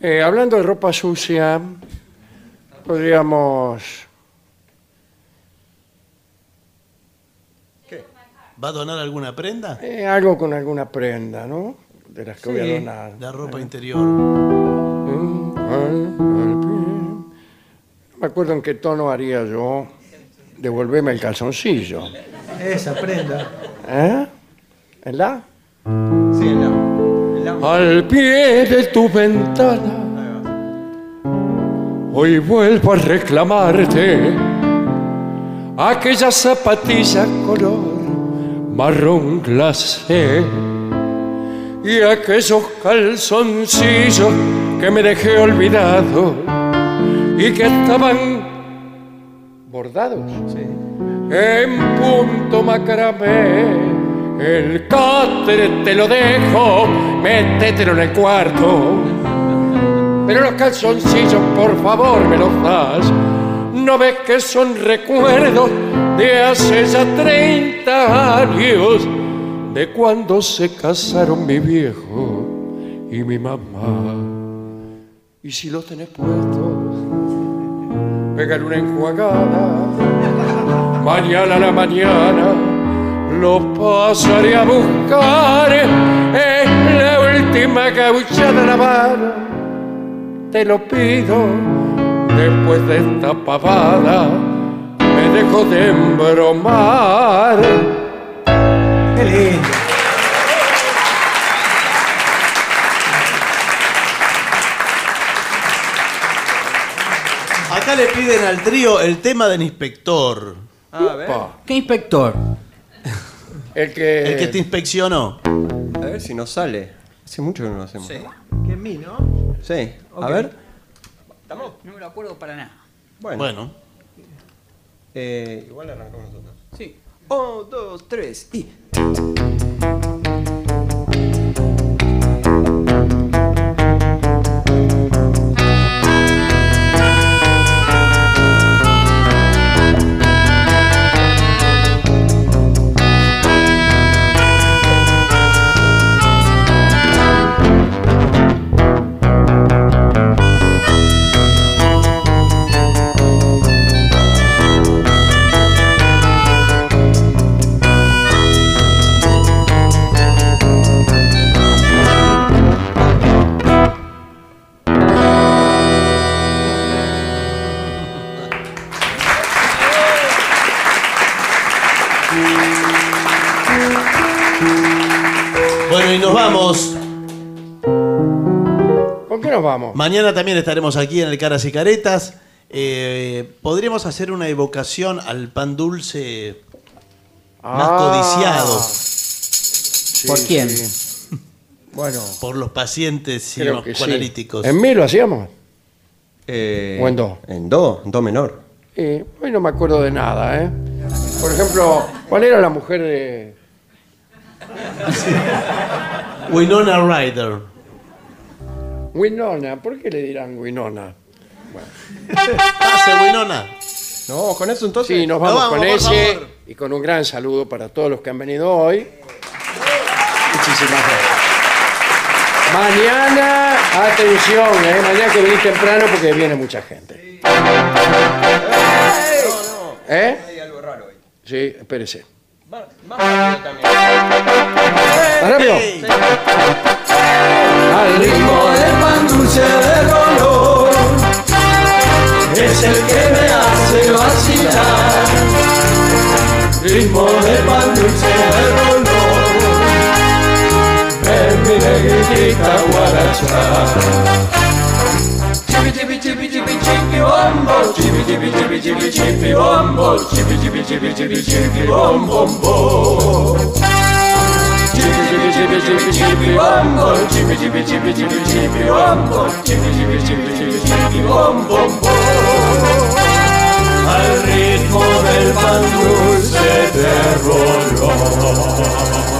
Eh, hablando de ropa sucia, podríamos...
¿Va a donar alguna prenda?
eh, algo con alguna prenda, ¿no? De las que voy a donar.
La ropa interior.
Mm, al- al pie. No me acuerdo en qué tono haría yo devolverme el calzoncillo.
Esa prenda.
¿Eh? ¿En la?
Sí, en la.
Al pie de tu ventana, hoy vuelvo a reclamarte aquella zapatilla color marrón glacé y aquellos calzoncillos que me dejé olvidado y que estaban bordados en punto macramé. El catre te lo dejo, métetelo en el cuarto. Pero los calzoncillos, por favor, me los das. No ves que son recuerdos de hace ya 30 años, de cuando se casaron mi viejo y mi mamá. Y si los tenés puestos, pegan una enjuagada. Mañana a la mañana los pasaré a buscar. Es la última gauchada de la mano. Te lo pido, después de esta pavada, me dejo de embromar. Qué lindo.
Acá le piden al trío el tema del inspector.
A ver.
¿Qué inspector?
El que...
El que
Eh,
te inspeccionó.
A ver si nos sale. Hace mucho que no lo hacemos.
Que en mí, ¿no?
Sí,
Ok.
a ver. ¿Estamos?
No me lo acuerdo para nada.
Bueno. Eh, Igual arrancamos nosotros. Sí. Un, dos, tres y.
Bueno, y nos vamos.
¿Con qué nos vamos?
Mañana también estaremos aquí en el Caras y Caretas. Eh, Podríamos hacer una evocación al pan dulce más
Ah.
codiciado.
¿Por quién?
Bueno.
Por los pacientes y
Creo
los
que sí.
analíticos.
¿En mí lo hacíamos?
¿O
en do?
Em, En do, do menor.
Eh, hoy no me acuerdo de nada, ¿eh? Por ejemplo, ¿cuál era la mujer de...?
Winona Ryder.
Winona, ¿por qué le dirán Winona?
Pase, Winona.
No, con eso entonces.
Sí, nos vamos, con ese y con un gran saludo para todos los que han venido hoy. Muchísimas gracias. Mañana, atención, ¿eh? mañana que venís temprano porque viene mucha gente. ¿Eh?
Hay algo raro hoy.
Sí, espérese.
Más también.
¿Más rápido?
Al ritmo del pan dulce de color es el que me hace vacilar. Ritmo del pan dulce de color es mi negrita guaracha. Chibi chibi chibi chibi chibi bombo, chibi chibi chibi chibi chibi bombo, chibi chibi chibi chibi chibi bom bom bom. Chibi chibi chibi chibi chibi bombo, chibi chibi chibi chibi chibi bombo, chibi chibi chibi chibi chibi bom bom bom. Al ritmo del pan dulce de rolón.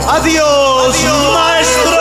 ¡Adiós, maestro!